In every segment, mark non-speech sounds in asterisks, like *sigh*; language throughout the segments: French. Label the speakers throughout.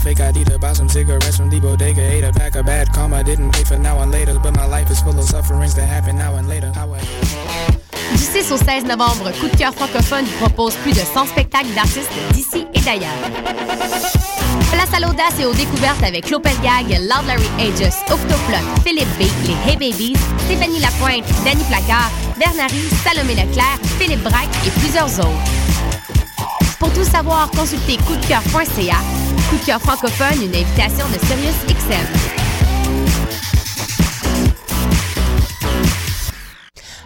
Speaker 1: fake ID to buy some cigarettes from the bodega. Ate a pack of bad karma, didn't pay for now and later. But my life is full of sufferings that happen now and later. How I-
Speaker 2: Du 6 au 16 novembre, Coup de cœur francophone vous propose plus de 100 spectacles d'artistes d'ici et d'ailleurs. Place à l'audace et aux découvertes avec Lopez Gag, Loud Larry Aegis, Octoplot, Philippe B, les Hey Babies, Stéphanie Lapointe, Danny Placard, Bernary, Salomé Leclerc, Philippe Braque et plusieurs autres. Pour tout savoir, consultez coupdecoeur.ca. Coup de cœur francophone, une invitation de Sirius XM.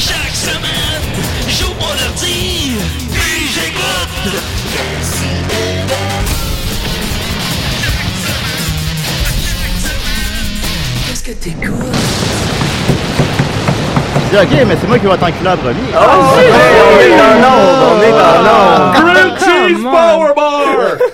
Speaker 3: Chaque semaine, j'ouvre mon ordi, puis j'écoute. Qu'est-ce que t'écoutes?
Speaker 4: Je dis, ok, mais c'est moi qui vais t'enculer en premier.
Speaker 5: Ah,
Speaker 3: Oh, oui,
Speaker 4: on est
Speaker 3: oui.
Speaker 4: en onde, on est en onde.
Speaker 3: Grilled cheese power bar!
Speaker 4: *laughs*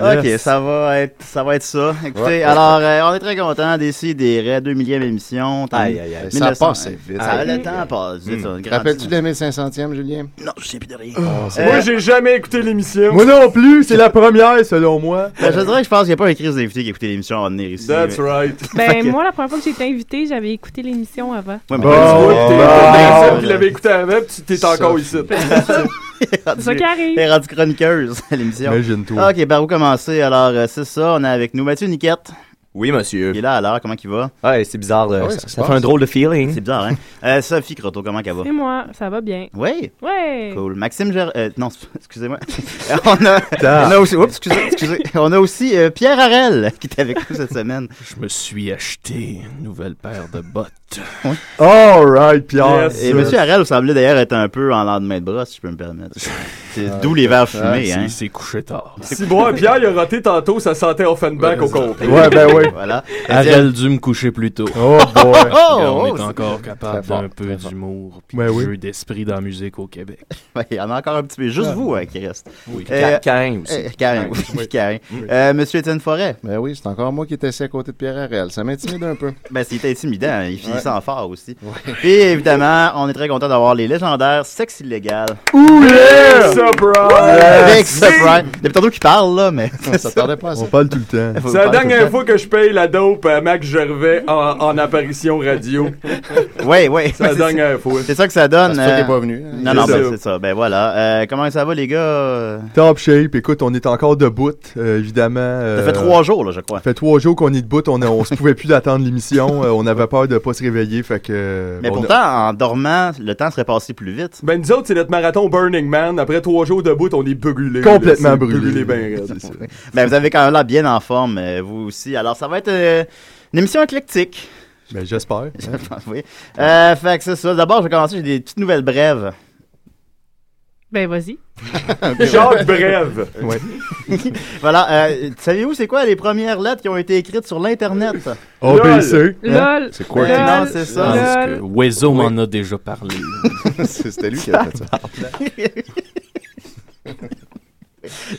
Speaker 4: Ok,
Speaker 5: Yes.
Speaker 4: ça va être ça. Va être ça. Écoutez,
Speaker 5: Ouais.
Speaker 4: alors, euh, on est très contents d'ici des raies, 2 millième émission.
Speaker 5: Aïe, aïe, aïe, ça passe vite.
Speaker 4: Ça,
Speaker 5: Aïe,
Speaker 4: Ah, le
Speaker 5: aïe, Hmm.
Speaker 4: temps passe vite. on est grandi.
Speaker 5: Rappelles-tu Oh. de la 1500e, Julien?
Speaker 4: Non, je sais plus de rien.
Speaker 5: c'est
Speaker 4: Euh,
Speaker 6: Moi, j'ai jamais écouté l'émission.
Speaker 5: Moi non plus, c'est la première selon moi.
Speaker 4: ben, je dirais que je pense qu'il n'y a pas un crise d'invité qui a écouté l'émission avant de venir ici.
Speaker 6: That's
Speaker 4: mais-
Speaker 6: right.
Speaker 4: Fait
Speaker 7: Ben,
Speaker 4: que-
Speaker 7: moi, la première fois que j'ai été invitée, j'avais écouté l'émission avant.
Speaker 4: Ouais, mais Ben,
Speaker 5: Bon.
Speaker 6: Tu vois que t'es
Speaker 5: Bon.
Speaker 6: pas intéressé,
Speaker 5: Bon.
Speaker 6: puis l'avais écouté avant, puis tu t'es encore ici.
Speaker 7: C'est ça qui
Speaker 4: *laughs*
Speaker 7: arrive.
Speaker 4: T'es rendu chroniqueuse à l'émission.
Speaker 5: Imagine-toi.
Speaker 4: Ok, par où commencer? Alors, euh, c'est ça, on est avec nous Mathieu Niquette.
Speaker 8: Oui, monsieur.
Speaker 4: Il est là alors, comment il va?
Speaker 8: Ouais, c'est bizarre. là.
Speaker 5: Ah oui,
Speaker 8: ça
Speaker 5: ça se
Speaker 8: ça fait
Speaker 5: passe.
Speaker 8: un drôle de feeling. *laughs*
Speaker 4: C'est bizarre, hein? Euh, Sophie Croteau, comment elle va?
Speaker 7: C'est moi, ça va bien.
Speaker 4: Oui,
Speaker 7: Ouais!
Speaker 4: cool. Maxime Ger... euh, non,
Speaker 8: *laughs*
Speaker 4: excusez-moi. *laughs* on, a,
Speaker 5: Ah.
Speaker 4: on a aussi, oups, excusez, excusez. On a aussi euh, Pierre Harel qui est avec nous cette semaine.
Speaker 8: Je me suis acheté une nouvelle paire de bottes.
Speaker 5: Alright, Pierre.
Speaker 6: Yes.
Speaker 4: Et Monsieur Harel semblait d'ailleurs être un peu en lendemain de bras, si je peux
Speaker 8: *laughs*
Speaker 4: me permettre. C'est d'où les verres fumés, hein?
Speaker 8: s'est couché tard.
Speaker 6: Si moi, Pierre, il a raté tantôt, ça sentait Offenbach au complet.
Speaker 5: Ouais, ben oui.
Speaker 4: Voilà.
Speaker 8: J'aurais dû me coucher plus tôt.
Speaker 5: Oh
Speaker 4: *laughs*
Speaker 5: boy.
Speaker 4: Oh,
Speaker 8: Regarde,
Speaker 4: oh,
Speaker 8: on est encore capable
Speaker 5: Très fort,
Speaker 8: d'un peu d'humour puis
Speaker 5: Ouais,
Speaker 8: de
Speaker 5: Ben oui.
Speaker 8: jeu d'esprit dans la musique au Québec.
Speaker 4: *laughs* Ouais, Il y en a encore un petit peu. Juste vous hein, qui reste.
Speaker 8: Oui.
Speaker 4: Euh,
Speaker 8: aussi.
Speaker 4: Euh, Karen, oui,
Speaker 5: Ah. Oui.
Speaker 4: Karen. Euh, Monsieur Étienne Forêt,
Speaker 5: Ben oui, c'est encore moi qui étais assis à côté de Pierre Harel. Ça m'intimide
Speaker 6: *laughs*
Speaker 5: un peu.
Speaker 4: ben, c'était intimidant, hein, il finissait en fort aussi. Et évidemment, on est très content d'avoir les légendaires Sexe Illégal. Euh,
Speaker 6: Yeah,
Speaker 9: Ah,
Speaker 6: Surprise!
Speaker 4: Avec Surprise. Depuis tantôt qu'il parle, là, mais.
Speaker 5: Ça tardait pas à ça. On parle tout le temps.
Speaker 4: Faut
Speaker 6: C'est la
Speaker 4: parler tout le
Speaker 6: dernière
Speaker 4: temps.
Speaker 6: fois que je paye la dope à Max Gervais en, en apparition radio.
Speaker 4: Ouais, ouais.
Speaker 6: C'est la
Speaker 4: C'est-
Speaker 5: euh,
Speaker 6: dernière fois.
Speaker 4: C'est ça que ça
Speaker 5: C'est
Speaker 4: donne.
Speaker 5: toi qui
Speaker 4: euh,
Speaker 5: est pas venu. hein.
Speaker 4: Non, non,
Speaker 6: C'est
Speaker 4: ben,
Speaker 6: ça.
Speaker 4: c'est ça. Ben voilà. Euh, comment ça va, les gars? Euh,
Speaker 5: Top shape. Écoute, on est encore debout, euh, évidemment.
Speaker 4: Ça
Speaker 5: euh,
Speaker 4: fait trois jours, là, je crois.
Speaker 5: Ça fait trois jours qu'on est debout. On, a- on se pouvait plus d'attendre l'émission. euh, on avait peur de pas se réveiller. Fait que. euh,
Speaker 4: Mais
Speaker 5: on a-
Speaker 4: pourtant, en dormant, le temps serait passé plus vite.
Speaker 6: Ben, nous autres, c'est notre marathon Burning Man. Après trois jours debout, on est brûlé.
Speaker 5: Complètement
Speaker 6: brûlé.
Speaker 5: brûlé.
Speaker 6: ben raide.
Speaker 4: Ben, vous avez quand même l'air bien en forme, euh, vous aussi. Alors, ça va être euh, Une émission éclectique. *laughs*
Speaker 5: Ben, j'espère.
Speaker 4: oui. Euh, fait que c'est ça. D'abord, je vais commencer. J'ai des petites nouvelles brèves.
Speaker 7: Ben, vas-y.
Speaker 6: *laughs* Jacques Brève.
Speaker 4: Ouais. voilà. Euh, Savez-vous c'est quoi les premières lettres qui ont été écrites sur l'Internet?
Speaker 5: Oh, ben, c'est-
Speaker 7: Lol.
Speaker 8: C'est
Speaker 5: *laughs*
Speaker 8: quoi?
Speaker 4: Euh, non, c'est ça.
Speaker 8: Parce que Wezo m'en a déjà parlé.
Speaker 4: C'était lui qui avait fait ça. *laughs*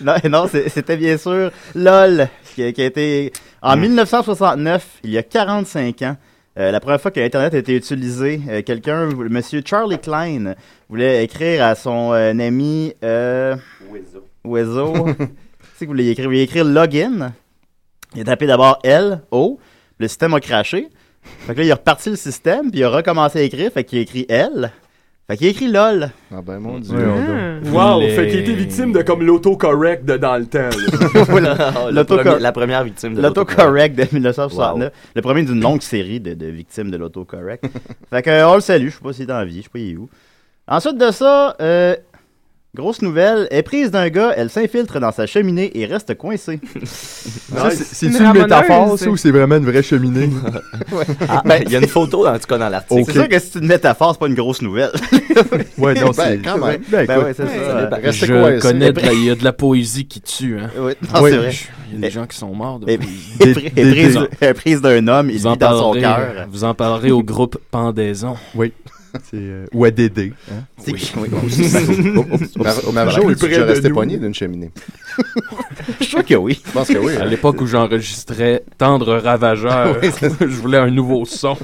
Speaker 4: Non, non, c'est- c'était bien sûr LOL, qui a, qui a été en 1969, il y a 45 ans. euh, la première fois que Internet a été utilisé, euh, quelqu'un, Monsieur Charlie Klein, voulait écrire à son euh, ami euh, Wezo. c'est que vous voulez écrire, vous voulez écrire login. Il a tapé d'abord L, O, le système a craché. Fait que là, il a reparti le système, puis il a recommencé à écrire, fait qu'il a écrit L. Fait qu'il a écrit LOL.
Speaker 9: Ah ben mon
Speaker 4: dieu.
Speaker 6: Wow, fait qu'il était victime de comme l'autocorrect de dans le temps. là.
Speaker 4: Voilà.
Speaker 6: Le
Speaker 4: L'autoco-
Speaker 6: premier- la première victime de
Speaker 4: l'autocorrect de 1969. Le premier d'une longue série de, de victimes de l'autocorrect. fait que, euh, on le salue. Je sais pas s'il est en vie. Je sais pas il est où. Ensuite de ça, euh, grosse nouvelle. Est prise d'un gars, elle s'infiltre dans sa cheminée et reste coincée.
Speaker 5: Ça, c'est- C'est-tu une métaphore, ça, ou c'est vraiment une vraie
Speaker 9: *laughs*
Speaker 5: cheminée?
Speaker 4: Ah,
Speaker 10: ben, il y a une photo, en tout cas, dans l'article.
Speaker 4: C'est sûr que c'est une métaphore, c'est pas une grosse nouvelle.
Speaker 9: *laughs*
Speaker 5: ouais,
Speaker 10: non, c'est- Ben, quand même.
Speaker 4: Ben,
Speaker 10: Ben,
Speaker 4: ouais, c'est
Speaker 10: ouais,
Speaker 4: ça.
Speaker 10: ça dépend.
Speaker 4: Restez
Speaker 8: Je
Speaker 4: coincés.
Speaker 8: connais,
Speaker 4: Épr-
Speaker 8: de la- il y a de la poésie qui tue. Hein.
Speaker 4: Oui, non, c'est vrai.
Speaker 8: Il y a des gens qui sont morts. De
Speaker 4: épr- épr- éprise- éprise d'un homme, il
Speaker 8: Vous en
Speaker 4: vit dans son
Speaker 8: parlerez-
Speaker 4: cœur.
Speaker 8: Vous en parlerez au groupe Pendaison.
Speaker 5: Oui. C'est, euh, ou à Dédé. hein?
Speaker 4: C'est-
Speaker 5: Oui.
Speaker 4: oui. *laughs*
Speaker 9: Mar- Marjo, est-ce que tu resté poigné d'une cheminée?
Speaker 4: Je suis sûr que oui.
Speaker 9: Je pense que oui. hein.
Speaker 8: À l'époque où j'enregistrais Tendre Ravageur,
Speaker 6: Oui,
Speaker 8: *laughs* je voulais un nouveau son.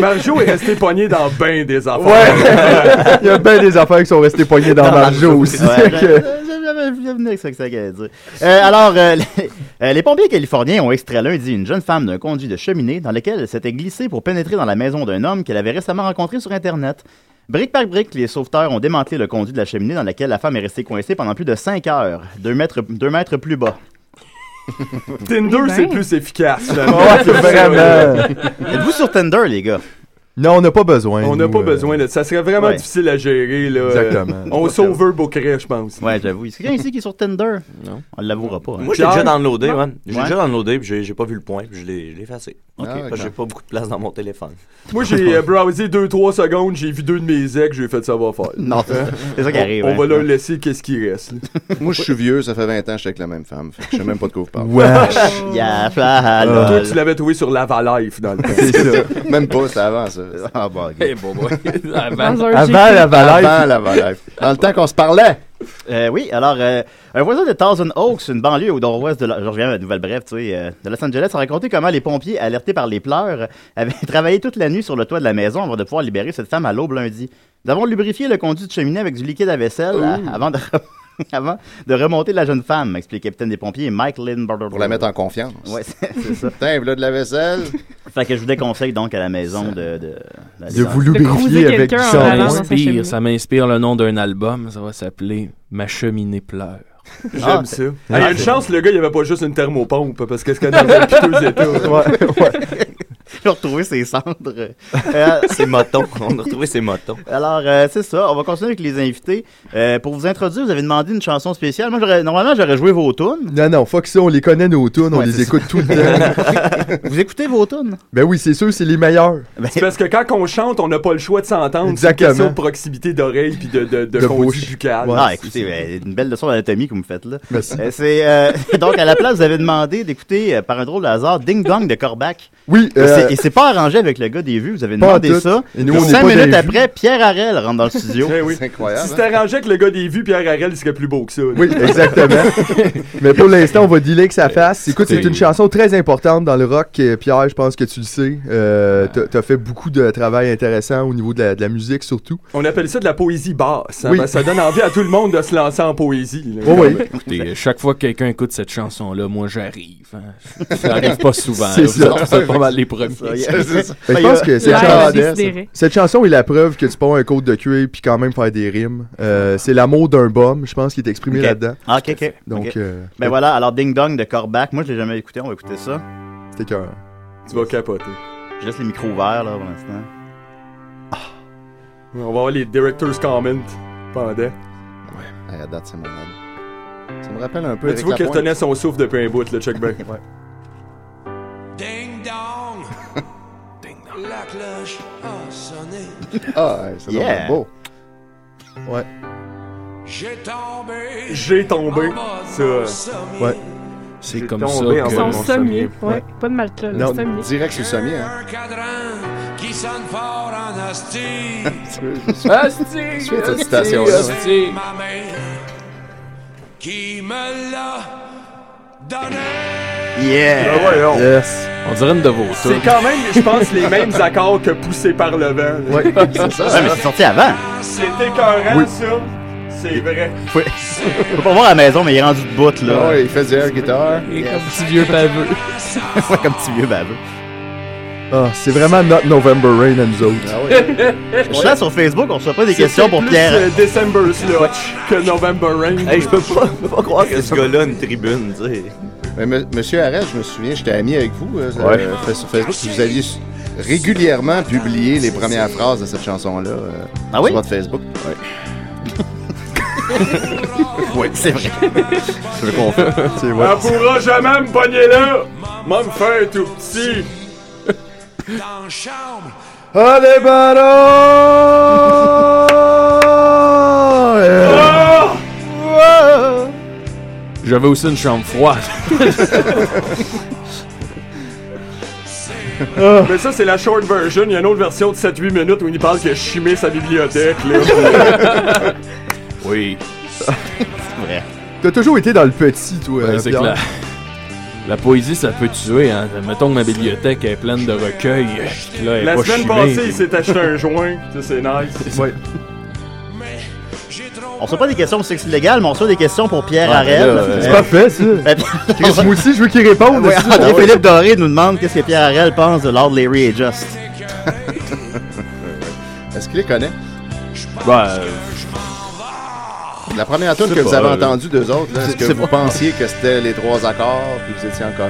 Speaker 6: Marjo est resté pogné dans ben des affaires.
Speaker 5: *laughs* Il y a bien des affaires qui sont restées poignées dans
Speaker 6: Dans
Speaker 5: Marjo
Speaker 6: Marjo.
Speaker 5: aussi.
Speaker 6: Ouais.
Speaker 5: fait *laughs* que-
Speaker 4: Euh, Bienvenue ça que ça qu'elle dit. Euh, alors, euh, les, euh, les pompiers californiens ont extrait lundi une jeune femme d'un conduit de cheminée dans lequel elle s'était glissée pour pénétrer dans la maison d'un homme qu'elle avait récemment rencontré sur Internet. Brique par brique, les sauveteurs ont démantelé le conduit de la cheminée dans lequel la femme est restée coincée pendant plus de 5 heures, 2 mètres, deux mètres plus bas.
Speaker 6: Tinder, c'est plus efficace. finalement.
Speaker 4: Ouais, vraiment. Êtes-vous sur Tinder, les gars?
Speaker 5: Non, on n'a pas besoin.
Speaker 6: On n'a
Speaker 5: nous,
Speaker 6: pas
Speaker 5: euh,
Speaker 6: besoin de ça. Ça serait vraiment
Speaker 5: Ouais.
Speaker 6: difficile à gérer. Là.
Speaker 5: Exactement.
Speaker 6: On s'overbookerait, je pense.
Speaker 4: Ouais, j'avoue. Est-ce qu'il y a quelqu'un ici qui est sur Tinder?
Speaker 8: Non.
Speaker 4: On l'avouera pas. hein.
Speaker 10: Moi, j'ai déjà downloadé,
Speaker 4: Non.
Speaker 10: ouais. J'ai
Speaker 4: Ouais.
Speaker 10: déjà downloadé, puis j'ai j'ai pas vu le point, puis je l'ai je l'ai effacé.
Speaker 4: Ok.
Speaker 9: Ah,
Speaker 10: Parce que
Speaker 4: d'accord.
Speaker 10: j'ai pas beaucoup de place dans mon téléphone.
Speaker 6: Moi, j'ai euh, browsé 2-3 secondes, j'ai vu deux de mes ex, j'ai fait ça va faire.
Speaker 4: Non, c'est ça- c'est ça qui
Speaker 6: On-
Speaker 4: arrive,
Speaker 6: On,
Speaker 4: hein.
Speaker 6: va leur laisser qu'est-ce qui reste.
Speaker 9: Moi, je suis vieux, ça fait 20 ans que je suis avec la même femme. Fait que je sais même pas de quoi vous parlez.
Speaker 4: Wesh. Yeah, ah, lol.
Speaker 6: Toi, tu l'avais trouvé sur Lavalife dans le temps.
Speaker 9: C'est
Speaker 6: *laughs*
Speaker 9: ça. *laughs* Même pas, c'est avant ça.
Speaker 4: Ah, bon, ok.
Speaker 9: *laughs* avant,
Speaker 4: Dans un
Speaker 9: bah, avant
Speaker 4: GP.
Speaker 9: la Valère.
Speaker 4: Avant
Speaker 9: la
Speaker 4: la Valère.
Speaker 9: Dans le temps qu'on se parlait.
Speaker 4: Euh, oui, alors, euh, un voisin de Thousand Oaks, une banlieue au nord-ouest de, la- je reviens à la nouvelle brève, tu sais, euh, de Los Angeles, a raconté comment les pompiers, alertés par les pleurs, *laughs* avaient travaillé toute la nuit sur le toit de la maison avant de pouvoir libérer cette femme à l'aube lundi. Nous avons lubrifié le conduit de cheminée avec du liquide à vaisselle euh, avant de... *laughs* avant de remonter la jeune femme, explique le capitaine des pompiers Mike Lynn. Pour
Speaker 9: la mettre en confiance.
Speaker 4: Ouais, *laughs* c'est c'est ça.
Speaker 9: Putain, là de la vaisselle.
Speaker 4: Fait que je vous déconseille donc à la maison de... De, d'aller
Speaker 8: De
Speaker 4: dans-
Speaker 8: vous
Speaker 7: lubrifier avec quelqu'un en
Speaker 8: Ça
Speaker 7: allant dans sa cheminée.
Speaker 8: m'inspire, ça m'inspire le nom d'un album. Ça va s'appeler Ma cheminée pleure.
Speaker 6: J'aime
Speaker 8: Ah,
Speaker 6: ça.
Speaker 8: c'est-
Speaker 6: Hey, Il y
Speaker 8: Ah,
Speaker 6: a une
Speaker 8: c'est-
Speaker 6: chance, le gars, il avait pas juste une thermopompe, parce que ce qu'elle
Speaker 8: *laughs*
Speaker 6: est dans un piteux état.
Speaker 4: Ouais, *laughs* J'ai retrouvé ses cendres. Euh,
Speaker 10: *laughs* Ses motons. On a retrouvé ses motons.
Speaker 4: Alors, euh, c'est ça. On va continuer avec les invités. Euh, pour vous introduire, vous avez demandé une chanson spéciale. Moi, j'aurais- normalement, j'aurais joué vos tunes.
Speaker 5: *laughs* Non, non, fuck ça, on les connaît nos tunes, on
Speaker 4: Ouais,
Speaker 5: les
Speaker 4: c'est
Speaker 5: écoute
Speaker 4: ça.
Speaker 5: tout
Speaker 4: *laughs*
Speaker 5: le temps.
Speaker 4: vous écoutez vos tunes?
Speaker 5: ben oui, c'est sûr, c'est les meilleurs.
Speaker 6: C'est parce que quand on chante, on n'a pas le choix de s'entendre. C'est
Speaker 5: Exactement.
Speaker 6: une question de proximité d'oreille puis de, de, de,
Speaker 5: De
Speaker 6: conduite
Speaker 5: bouche.
Speaker 6: buccale.
Speaker 4: Ah, écoutez, ben, une belle leçon d'anatomie que vous me faites là.
Speaker 5: Merci.
Speaker 4: Euh, c'est, euh, *laughs* donc, à la place, vous avez demandé d'écouter, euh, par un drôle de hasard, Ding Dong de Corbac.
Speaker 5: Oui.
Speaker 4: Et
Speaker 5: euh,
Speaker 4: c'est- et c'est pas arrangé avec le gars des vues. Vous avez
Speaker 5: Pas
Speaker 4: demandé
Speaker 5: en tout.
Speaker 4: ça.
Speaker 5: Et nous, on n'est
Speaker 4: Cinq
Speaker 5: pas des
Speaker 4: minutes
Speaker 5: vues.
Speaker 4: après, Pierre Harel rentre dans le
Speaker 5: *laughs*
Speaker 4: studio.
Speaker 6: Eh oui.
Speaker 9: C'est incroyable, hein.
Speaker 4: *laughs*
Speaker 6: Si c'était arrangé avec le gars des vues, Pierre Harel, il serait plus beau que ça.
Speaker 5: Oui, exactement. Mais pour l'instant, on va dealer que ça fasse. Écoute, c'est
Speaker 6: c'est-
Speaker 5: une chanson très importante dans le rock. euh, Pierre, je pense que tu le sais. Euh, t'as- T'as fait beaucoup de travail intéressant au niveau de la, de la musique, surtout.
Speaker 6: On appelle ça de la poésie basse. hein,
Speaker 5: Oui.
Speaker 6: parce que ça donne envie à tout le monde de se lancer en poésie. là.
Speaker 5: Oh
Speaker 8: Écoutez, euh, chaque fois que quelqu'un écoute cette chanson-là, moi j'arrive. hein. Ça arrive pas souvent.
Speaker 5: C'est
Speaker 8: là. Vous
Speaker 5: ça.
Speaker 8: êtes- vous êtes pas mal les premiers.
Speaker 5: Mais Ben, je pense que cette,
Speaker 8: Ah,
Speaker 5: chanson, cette chanson est la preuve que tu peux avoir un code de cuir puis quand même faire des rimes. Euh, c'est l'amour d'un bum, je pense, qui est exprimé
Speaker 4: Ok.
Speaker 5: là-dedans.
Speaker 4: Ah, ok, ok.
Speaker 5: Donc,
Speaker 4: Ok.
Speaker 5: euh,
Speaker 4: ben voilà, alors Ding Dong de Corbac. Moi, je l'ai jamais écouté. On va écouter ça.
Speaker 5: C'était cœur.
Speaker 6: Tu vas capoter.
Speaker 4: Je laisse les micros ouverts, là, pour l'instant.
Speaker 6: On va avoir les director's comments pendant.
Speaker 9: Ouais, Ah, à date, c'est malade. Ça me rappelle un peu
Speaker 6: Là, tu
Speaker 9: Éric
Speaker 6: vois qu'il
Speaker 9: Lapointe.
Speaker 6: retenait son souffle depuis un bout, le check bien.
Speaker 3: Ding dong. cloche a sonné.
Speaker 5: Ah, ouais, c'est
Speaker 3: Yeah.
Speaker 5: vraiment beau. Ouais.
Speaker 3: J'ai tombé.
Speaker 6: J'ai tombé. Ça. euh,
Speaker 5: Ouais.
Speaker 8: C'est
Speaker 6: J'ai
Speaker 8: comme
Speaker 6: tombé
Speaker 8: ça
Speaker 6: en
Speaker 8: que-
Speaker 6: bas de
Speaker 7: Son
Speaker 6: mon
Speaker 7: sommier. Ouais. Pas de malta, Euh, le
Speaker 5: Non,
Speaker 7: sommier.
Speaker 5: direct sur le sommier, hein.
Speaker 3: Un cadran qui sonne fort en hostie.
Speaker 8: Asti,
Speaker 5: Suite cette citation-là, ouais.
Speaker 3: C'est ma mère qui me l'a donné.
Speaker 4: Yeah!
Speaker 6: Ah ouais, on-
Speaker 5: Yes!
Speaker 8: On dirait une de vos
Speaker 6: C'est quand même, je pense, les mêmes accords que Poussé par le vent. là.
Speaker 5: Ouais, c'est ça.
Speaker 4: Ouais, mais c'est sorti avant.
Speaker 6: C'est écœurant,
Speaker 4: Oui.
Speaker 6: ça. C'est vrai.
Speaker 4: Faut faut pas voir à la maison, mais il est rendu de bout,
Speaker 9: Ah
Speaker 4: là.
Speaker 5: Ouais, il faisait la guitare.
Speaker 8: Et comme petit vieux paveux.
Speaker 4: *laughs* ouais, comme petit vieux baveux.
Speaker 5: Ah, c'est vraiment notre November Rain and nous
Speaker 9: Ah
Speaker 5: autres.
Speaker 4: Je suis là sur Facebook, on reçoit pas des
Speaker 6: C'était
Speaker 4: questions pour
Speaker 6: plus,
Speaker 4: Pierre.
Speaker 6: euh, December Slotch que November Rain.
Speaker 10: Hey, je peux pas, je peux pas croire que ce gars-là a une tribune, tu sais.
Speaker 9: Mais me- Monsieur Arès, je me souviens, j'étais ami avec vous. euh,
Speaker 4: Ouais.
Speaker 9: euh, fa- sur Facebook, vous aviez s- régulièrement publié les premières phrases de cette chanson-là euh,
Speaker 4: Ah oui?
Speaker 9: sur votre Facebook. Ouais.
Speaker 4: Oui, c'est *laughs* vrai.
Speaker 9: Je le confirme.
Speaker 5: C'est vrai.
Speaker 6: On pourra jamais me pogner là. Moi, me faire tout petit.
Speaker 3: Dans la chambre,
Speaker 9: Ah,
Speaker 5: Allez, ballons!
Speaker 6: Ah!
Speaker 8: J'avais aussi une chambre froide.
Speaker 6: Mais ça, c'est la short version. Il y a une autre version de 7-8 minutes où il parle que chimer sa bibliothèque. Là.
Speaker 8: Oui.
Speaker 5: T'as toujours été dans le petit, toi.
Speaker 8: Ouais,
Speaker 5: euh,
Speaker 8: c'est
Speaker 5: Pierre.
Speaker 8: clair. La poésie, ça peut tuer. Hein. Mettons que ma bibliothèque est pleine de recueils. euh, puis Là, elle est
Speaker 6: la
Speaker 8: pas
Speaker 6: semaine
Speaker 8: chimée,
Speaker 6: passée, il
Speaker 8: puis-
Speaker 6: s'est acheté un joint. Ça, c'est nice.
Speaker 5: Ouais.
Speaker 4: On reçoit pas des questions sur le sexe illégal, mais on reçoit des questions pour Pierre
Speaker 8: Ah,
Speaker 9: ben
Speaker 8: mais
Speaker 4: Arel.
Speaker 8: là, euh,
Speaker 5: ben C'est
Speaker 4: *laughs*
Speaker 5: pas
Speaker 8: *laughs*
Speaker 5: fait, ça. Chris Moutier, je veux qu'il réponde.
Speaker 4: Ouais,
Speaker 5: est-ce
Speaker 8: ah,
Speaker 5: que-
Speaker 4: Ben,
Speaker 9: Ah
Speaker 4: André Philippe Doré nous demande qu'est-ce que Pierre Arel pense de Lord Larry et Just.
Speaker 9: Est-ce qu'il les connaît?
Speaker 8: Bah, euh,
Speaker 9: La première tune
Speaker 8: C'est
Speaker 9: que vous
Speaker 8: pas, euh,
Speaker 9: avez
Speaker 8: là.
Speaker 9: entendue d'eux autres, là, est-ce
Speaker 4: C'est-
Speaker 9: que
Speaker 4: c'est
Speaker 9: vous
Speaker 4: pas-
Speaker 9: pensiez que c'était les trois accords, puis vous étiez encore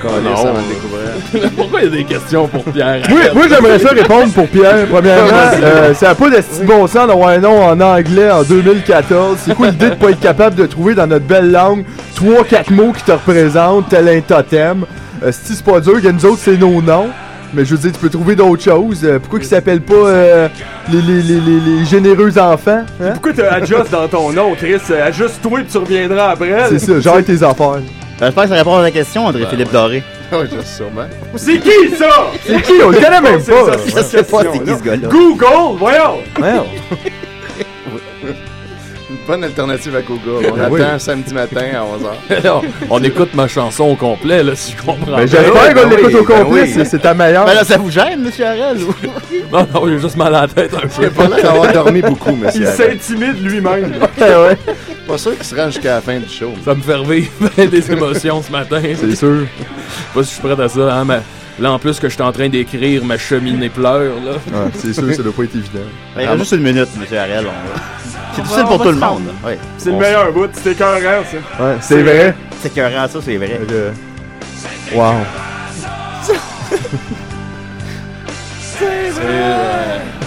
Speaker 9: encore
Speaker 8: Euh, Non.
Speaker 9: avant de découvrir?
Speaker 8: pourquoi il y a des questions pour Pierre?
Speaker 5: Moi, moi, j'aimerais ça répondre pour Pierre, premièrement. Euh, ça n'a pas de si bon sens d'avoir un nom en anglais en 2014. C'est quoi l'idée de pas être capable de trouver dans notre belle langue 3-4 mots qui te représentent, tel un totem? Euh, si c'est pas dur, que nous autres, c'est nos noms. Mais je veux dire, tu peux trouver d'autres choses. Euh, pourquoi qu'ils s'appellent pas euh, les, les, les, les, les généreux enfants? hein?
Speaker 6: Pourquoi t'as euh, adjust dans ton nom, Chris? Adjuste-toi et tu reviendras après.
Speaker 5: C'est ça, j'arrête tes affaires.
Speaker 4: Ben, je pense que ça répond à la question, André Philippe Doré.
Speaker 9: Oui, je sais Ah sûrement.
Speaker 6: C'est qui, ça?
Speaker 5: C'est qui? On le connaît même
Speaker 6: C'est
Speaker 5: pas!
Speaker 6: ça, c'est
Speaker 4: Je sais pas
Speaker 6: cette
Speaker 4: c'est qui ce gars-là.
Speaker 6: Google, voyons!
Speaker 5: Merde.
Speaker 9: Une bonne alternative à Google. On
Speaker 5: Ben oui.
Speaker 9: attend samedi matin à 11h.
Speaker 8: *laughs* Non, on écoute ma chanson au complet, là, si je comprends.
Speaker 5: Ben,
Speaker 8: bien.
Speaker 5: J'espère qu'on
Speaker 9: ben
Speaker 5: l'écoute
Speaker 9: oui,
Speaker 5: au
Speaker 9: ben
Speaker 5: complet,
Speaker 9: oui.
Speaker 5: c'est- c'est ta meilleure.
Speaker 4: Ben là, ça vous gêne, monsieur Arel? ou-
Speaker 8: Non, non, j'ai juste mal à la tête un peu.
Speaker 9: Pas l'air
Speaker 5: *laughs*
Speaker 9: d'avoir dormi beaucoup,
Speaker 6: Il
Speaker 9: monsieur. Arrête.
Speaker 6: s'intimide lui-même.
Speaker 5: Ouais, ouais,
Speaker 9: Pas sûr qu'il se rend jusqu'à la fin du show.
Speaker 8: Ça me fait *laughs* revivre bien ben, des émotions ce matin. Je
Speaker 5: c'est sûr.
Speaker 8: sais pas si je suis prêt à ça. Hein, mais Là, en plus que je suis en train d'écrire, ma cheminée pleure, là.
Speaker 5: Ouais, c'est sûr, ça doit pas être évident.
Speaker 4: Ben, il reste juste une minute, monsieur Arel. on- C'est difficile
Speaker 7: on
Speaker 4: pour
Speaker 7: va
Speaker 4: tout le
Speaker 7: se
Speaker 4: monde. Oui.
Speaker 6: C'est le
Speaker 4: On-
Speaker 6: meilleur bout, c'est écœurant, ça.
Speaker 5: Ouais, c'est vrai.
Speaker 4: C'est qu'un ça, c'est vrai.
Speaker 5: Fait que- Wow.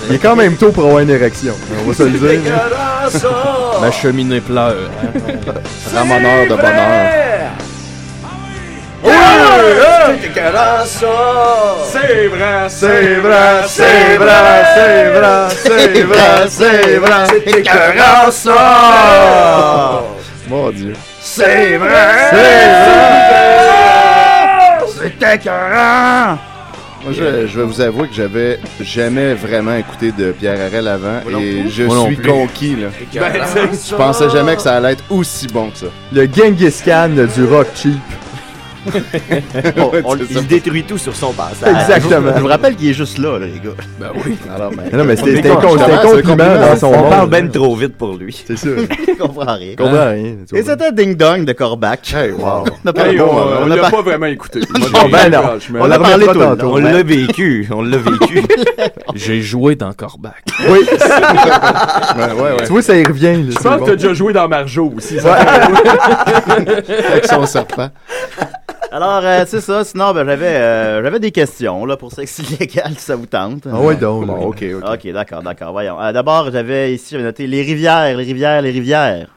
Speaker 5: Il est quand même tôt pour avoir une érection. On va se le dire. hein.
Speaker 8: Ma cheminée pleure. hein.
Speaker 9: Ramoneur de bonheur.
Speaker 6: C'est vrai,
Speaker 5: C'est vrai, c'est vrai, c'est vrai, c'est vrai, Ah, c'est
Speaker 4: Ben,
Speaker 5: vrai.
Speaker 9: Mon Dieu.
Speaker 4: C'est vrai! C'est vrai! C'est écœurant!
Speaker 9: Moi, je, je vais vous avouer que j'avais jamais vraiment écouté de Pierre Harel avant et je
Speaker 8: Moi non
Speaker 9: suis
Speaker 8: plus.
Speaker 9: conquis, là.
Speaker 6: Ben, c'est-
Speaker 9: Je pensais jamais que ça allait être aussi bon que ça.
Speaker 5: Le Genghis Khan du rock cheap.
Speaker 9: *laughs*
Speaker 4: Bon, on-
Speaker 9: C'est ça.
Speaker 10: Il détruit tout sur son passage.
Speaker 5: Exactement.
Speaker 4: Je vous rappelle qu'il est juste là, là, les gars. *laughs*
Speaker 8: Ben oui.
Speaker 9: Alors, ben,
Speaker 5: Non, mais c'était c'était
Speaker 9: on
Speaker 5: un
Speaker 9: est content,
Speaker 5: c'était un
Speaker 9: c'est un
Speaker 5: compliment
Speaker 9: compliment.
Speaker 5: dans son
Speaker 10: On
Speaker 5: monde. hein.
Speaker 10: parle ben trop vite pour lui.
Speaker 9: C'est sûr.
Speaker 4: Je comprends rien.
Speaker 5: Je comprends rien. tu
Speaker 4: Et
Speaker 5: vois.
Speaker 4: c'était Ding Dong de Corbac.
Speaker 9: Hey, wow.
Speaker 4: On a parlé-
Speaker 6: Hey, on,
Speaker 4: on
Speaker 6: on
Speaker 4: a
Speaker 6: l'a
Speaker 4: par-
Speaker 6: pas vraiment écouté.
Speaker 5: *laughs* Non, ben non.
Speaker 4: on
Speaker 5: la
Speaker 4: a parlé
Speaker 5: remettra
Speaker 4: tout le
Speaker 5: tantôt.
Speaker 4: long.
Speaker 10: On l'a vécu, on l'a vécu.
Speaker 8: J'ai joué dans Corbac.
Speaker 5: Oui, *laughs*
Speaker 9: Ouais, Ben, ouais, ouais.
Speaker 5: tu vois, ça y revient. là,
Speaker 6: Je
Speaker 5: c'est
Speaker 6: pense que
Speaker 5: bon.
Speaker 6: t'as déjà joué dans Marjo aussi. ça.
Speaker 9: Avec son serpent. *laughs*
Speaker 4: Alors, euh, c'est ça. Sinon, ben, j'avais, euh, j'avais des questions là, pour *laughs* sexe illégal, si ça vous tente.
Speaker 5: Ah ouais, donc. là.
Speaker 9: Bon, ok, ok.
Speaker 4: Ok, d'accord, d'accord. Voyons. Euh, d'abord, j'avais ici, j'avais noté les rivières, les rivières, les rivières.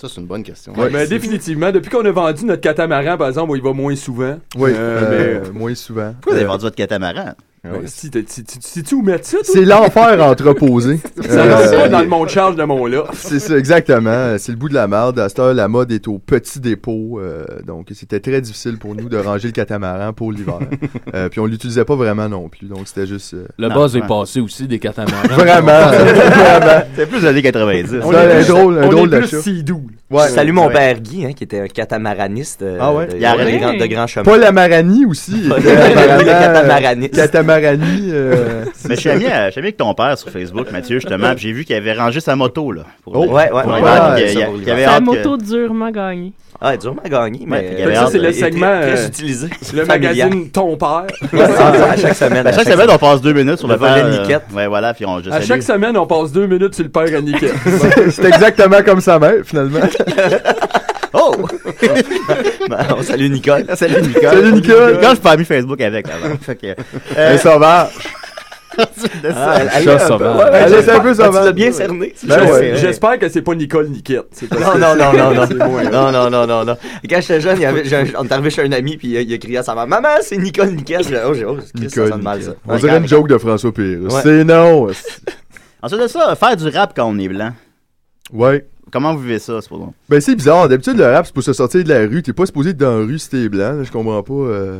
Speaker 9: Ça, c'est une bonne question.
Speaker 5: Ouais.
Speaker 6: Mais définitivement, depuis qu'on a vendu notre catamaran, par exemple, où il va moins souvent.
Speaker 5: Oui,
Speaker 6: Euh,
Speaker 5: euh, moins souvent.
Speaker 4: Pourquoi vous avez
Speaker 5: Euh,
Speaker 4: vendu votre catamaran?
Speaker 6: Ouais, Ben, Si t'es- si- si- si tu mets ça, toi?
Speaker 5: C'est l'enfer
Speaker 6: *laughs*
Speaker 5: entreposé.
Speaker 6: Ça rentre
Speaker 5: Euh,
Speaker 6: pas dans le monde charge de mon là.
Speaker 5: C'est ça, exactement. C'est le bout de la merde. À cette heure, la mode est au petit dépôt. euh, donc, c'était très difficile pour nous de ranger le catamaran
Speaker 9: *laughs*
Speaker 5: pour l'hiver. Euh, puis, on l'utilisait pas vraiment non plus. Donc, c'était juste. euh,
Speaker 8: Le
Speaker 5: non,
Speaker 8: buzz est
Speaker 5: ouais.
Speaker 8: passé aussi des catamarans.
Speaker 10: *laughs*
Speaker 5: Vraiment. vraiment.
Speaker 4: C'est plus les années 90.
Speaker 5: On est plus- drôle- un on drôle est de plus chat.
Speaker 6: si doux.
Speaker 5: Ouais.
Speaker 10: Je salue mon
Speaker 5: Ouais.
Speaker 10: père Guy, hein, qui était un catamaraniste euh,
Speaker 5: Ah ouais?
Speaker 10: de,
Speaker 5: Il a
Speaker 10: de,
Speaker 5: arrêté.
Speaker 10: grand- de grand chemin.
Speaker 5: Paul
Speaker 9: *laughs*
Speaker 5: Amarani aussi.
Speaker 10: Paul
Speaker 5: était
Speaker 10: Amarani, le
Speaker 5: apparemment, euh,
Speaker 10: catamaraniste.
Speaker 5: Catamarani. euh,
Speaker 4: Mais je suis ami, à- je suis ami avec ton père sur Facebook, Mathieu, justement, puis j'ai vu qu'il avait rangé sa moto, là. Pour
Speaker 10: Oh, ouais, ouais,
Speaker 4: pour
Speaker 10: ouais,
Speaker 4: l'hiver,
Speaker 10: ouais,
Speaker 4: puis qu'il y
Speaker 10: ça,
Speaker 4: a-
Speaker 10: pour
Speaker 4: qu'il y avait
Speaker 7: La
Speaker 4: hâte que-
Speaker 7: moto durement gagnée.
Speaker 10: Ah, dur m'a gagné, mais.
Speaker 4: puis il y avait
Speaker 6: Ça, c'est
Speaker 4: hâte,
Speaker 6: le
Speaker 4: il était
Speaker 6: segment.
Speaker 4: très
Speaker 6: euh,
Speaker 10: utilisé.
Speaker 6: Le
Speaker 10: Familial.
Speaker 6: magazine Ton Père.
Speaker 4: À chaque semaine, à chaque semaine, on passe deux minutes sur le
Speaker 10: Le volet
Speaker 4: père, euh,
Speaker 10: Niquette.
Speaker 4: Ouais, voilà, puis on je
Speaker 6: À
Speaker 4: salue. *laughs*
Speaker 6: chaque semaine, on passe deux minutes sur le père à Niquette.
Speaker 5: C'est exactement comme sa mère, finalement.
Speaker 4: Oh!
Speaker 10: Ben, on salue Nicole.
Speaker 4: Salut Nicole.
Speaker 5: Salut, Nicole.
Speaker 4: Quand je suis pas ami Facebook avec avant. Ah, Fait que,
Speaker 5: Un sauvage.
Speaker 4: Ah, Euh, elle-
Speaker 5: Chat
Speaker 4: elle-
Speaker 5: sauvage.
Speaker 4: ouais, ouais,
Speaker 5: Elle est
Speaker 4: j'espère-
Speaker 5: un peu
Speaker 4: Ah, tu
Speaker 5: sauvage.
Speaker 4: l'as bien cerné.
Speaker 5: Ben
Speaker 10: Je
Speaker 5: ouais.
Speaker 10: sais, ouais.
Speaker 6: J'espère que c'est pas Nicole Niquette. c'est parce
Speaker 10: Non,
Speaker 6: que
Speaker 10: non, non, non, non.
Speaker 6: c'est moi, là.
Speaker 10: non, non, non, non, non. Quand j'étais jeune, il y avait, j'ai un- on est arrivé chez un ami, puis il, a- il a crié à sa mère Maman, c'est Nicole Niquette. J'ai- Oh, j'ai- oh, Christ, ça
Speaker 5: Nicole.
Speaker 10: sonne mal, ça.
Speaker 5: On
Speaker 10: Ouais,
Speaker 5: dirait une
Speaker 10: quand-
Speaker 5: joke de François Pérus.
Speaker 10: Ouais.
Speaker 5: C'est non. c'est-
Speaker 4: Ensuite de ça, faire du rap quand on est blanc.
Speaker 5: Ouais.
Speaker 4: Comment vous vivez ça, c'est pas bon?
Speaker 5: Ben, c'est bizarre. D'habitude, le rap, c'est pour se sortir de la rue. T'es pas supposé être dans la rue si t'es blanc. là. Je comprends pas euh,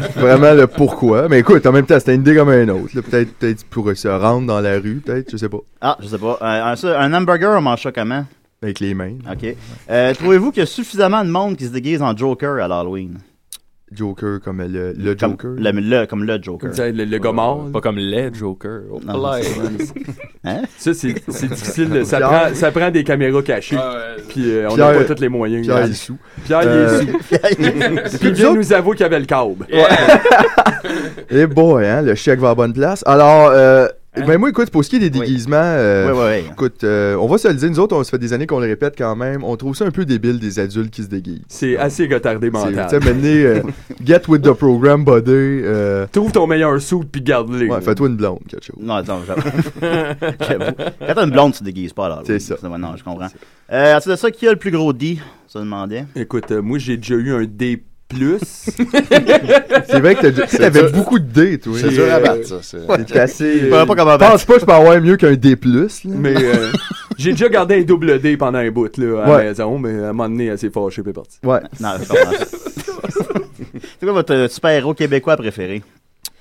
Speaker 5: *laughs* vraiment le pourquoi. Mais écoute, en même temps, c'était une idée comme un autre. là. Peut-être peut pour se rendre dans la rue, peut-être. Je sais pas.
Speaker 4: Ah, je sais pas. Un, un- ça, un hamburger, on mange ça comment?
Speaker 5: Avec les mains.
Speaker 4: OK. Euh, Trouvez-vous qu'il y a suffisamment de monde qui se déguise en Joker à l'Halloween?
Speaker 5: Joker comme le, le
Speaker 4: Comme
Speaker 5: Joker.
Speaker 4: le, le- comme le Joker.
Speaker 6: Vous savez, Le, le gars mort.
Speaker 8: Pas comme les Joker. Oh,
Speaker 4: Non,
Speaker 8: là.
Speaker 4: *laughs* Hein?
Speaker 6: Ça, c'est c'est difficile. Ça prend, ça prend des caméras cachées.
Speaker 8: Ah
Speaker 6: Puis euh, on n'a
Speaker 5: Pierre-
Speaker 6: pas tous les moyens.
Speaker 5: Pierre,
Speaker 6: là.
Speaker 5: il est sous.
Speaker 6: Pierre, il
Speaker 5: Euh,
Speaker 6: est
Speaker 5: *laughs*
Speaker 6: sous. Puis il
Speaker 5: Puis
Speaker 6: vient
Speaker 5: nous
Speaker 6: nous avouer qu'il y avait le câble.
Speaker 5: Eh boy, hein, le chèque va à la bonne place. Alors, euh, ben moi, écoute, pour ce qui est des déguisements, euh,
Speaker 4: Ouais, ouais, ouais.
Speaker 5: écoute, euh, on va se le dire, nous autres, on se fait des années qu'on le répète quand même, on trouve ça un peu débile des adultes qui se déguisent.
Speaker 6: C'est assez retardé
Speaker 5: Tu
Speaker 6: mental.
Speaker 5: sais, mener get with the program, buddy. euh,
Speaker 6: Trouve ton meilleur suit puis garde-le.
Speaker 5: ouais, fais-toi une blonde, quelque chose.
Speaker 4: Non, attends, j'avoue. J'avoue. Quand t'as une blonde, tu te déguises pas à l'Halloween.
Speaker 5: C'est ça.
Speaker 4: ouais, Non, je comprends. Euh, ensuite de ça, qui a le plus gros D? Ça demandait.
Speaker 6: Écoute, euh, moi, j'ai déjà eu un D+.
Speaker 5: *laughs* C'est vrai que t'as- tu sais, t'avais beaucoup de dés, toi.
Speaker 9: C'est
Speaker 6: euh,
Speaker 9: dur à battre, ça. c'est-
Speaker 5: T'es cassé.
Speaker 6: Je
Speaker 5: euh,
Speaker 6: savais pas comment battre.
Speaker 5: Pense pas que je peux avoir mieux qu'un D+. là.
Speaker 6: mais euh, j'ai déjà gardé un double D pendant un bout là, à
Speaker 5: Ouais.
Speaker 6: la maison, mais à un moment donné, elle s'est fâchée, puis elle est partie.
Speaker 5: Ouais.
Speaker 4: Non, je comprends. C'est quoi votre euh, super-héros québécois préféré?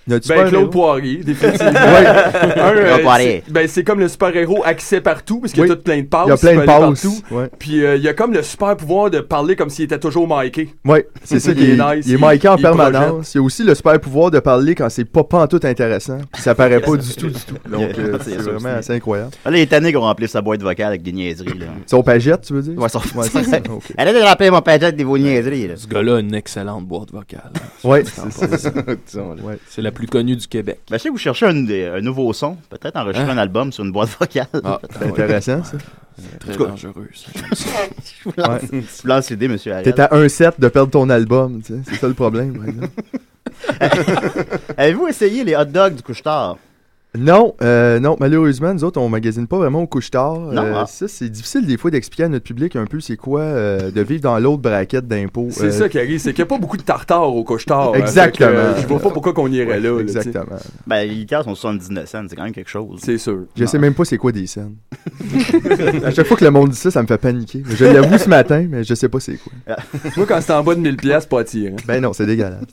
Speaker 5: Notre
Speaker 6: Ben,
Speaker 5: super
Speaker 6: Claude
Speaker 5: héros.
Speaker 6: Poirier,
Speaker 5: *laughs*
Speaker 6: définitivement.
Speaker 5: Ouais.
Speaker 6: Un, euh,
Speaker 4: Claude Poirier.
Speaker 6: c'est- ben, c'est comme le super-héros accès partout, parce qu'il y a
Speaker 5: Oui.
Speaker 6: tout plein de passes.
Speaker 5: Il y a plein de
Speaker 6: tu peux aller
Speaker 5: passes.
Speaker 6: partout.
Speaker 5: Ouais.
Speaker 6: Puis euh, il y a comme le super pouvoir de parler comme s'il était toujours Mikey.
Speaker 5: Ouais, c'est ça
Speaker 6: Il
Speaker 5: qui
Speaker 6: est
Speaker 5: est,
Speaker 6: nice,
Speaker 5: il est
Speaker 6: il-
Speaker 5: miqué en
Speaker 6: il
Speaker 5: permanence. Il y a aussi le super pouvoir de parler quand c'est pas pantoute intéressant. Puis ça paraît pas du tout,
Speaker 6: *laughs*
Speaker 5: du tout. Donc, euh,
Speaker 4: C'est
Speaker 5: c'est
Speaker 4: ça
Speaker 5: vraiment
Speaker 4: aussi.
Speaker 5: assez incroyable.
Speaker 4: Ah, Là, il est tanné qu'on remplisse sa boîte vocale avec des niaiseries. Là.
Speaker 5: Son pagette, tu veux dire?
Speaker 4: Ouais, son-
Speaker 5: c'est ça. ok.
Speaker 4: Arrête de remplir mon pagette des vos niaiseries. Là.
Speaker 8: Ce gars-là a une excellente boîte vocale.
Speaker 5: Ouais.
Speaker 6: *laughs*
Speaker 9: Disons-le.
Speaker 5: ouais.
Speaker 8: C'est la plus connue du Québec.
Speaker 4: Ben, je sais que vous cherchez un, des- un nouveau son, peut-être enregistrer
Speaker 8: Hein?
Speaker 4: un album sur une boîte vocale.
Speaker 8: Ah,
Speaker 5: C'est intéressant, ça.
Speaker 8: Très
Speaker 4: cas-
Speaker 8: dangereux, ça.
Speaker 4: je vous lance,
Speaker 5: *laughs* Ouais.
Speaker 4: je vous lance l'idée, monsieur Ariel.
Speaker 5: T'es à un set de perdre ton album, tu sais. C'est ça le problème. par exemple.
Speaker 4: Avez-vous essayé les hot dogs du couche-tard?
Speaker 5: Non, euh, non, malheureusement, nous autres, on magasine pas vraiment au couche-tard.
Speaker 4: Non,
Speaker 5: Euh,
Speaker 4: ah.
Speaker 5: Ça, c'est difficile des fois d'expliquer à notre public un peu c'est quoi euh, de vivre dans l'autre braquette d'impôts.
Speaker 6: C'est
Speaker 5: Euh,
Speaker 6: ça qui arrive, c'est qu'il n'y a pas beaucoup de tartare au couche-tard. hein,
Speaker 5: Exactement.
Speaker 6: fait que, euh, je vois pas pourquoi qu'on irait là. là, tu sais.
Speaker 5: Exactement.
Speaker 4: Ben, les liqueurs sont 79 cents, c'est quand même quelque chose.
Speaker 6: C'est sûr.
Speaker 5: Je sais même pas c'est quoi des scènes. à chaque fois que le monde dit ça, ça me fait paniquer. Je l'avoue ce matin, mais je sais pas c'est quoi.
Speaker 6: Moi, quand c'est en bas de 1000 pièces, pas attirant.
Speaker 5: Ben non, c'est dégueulasse.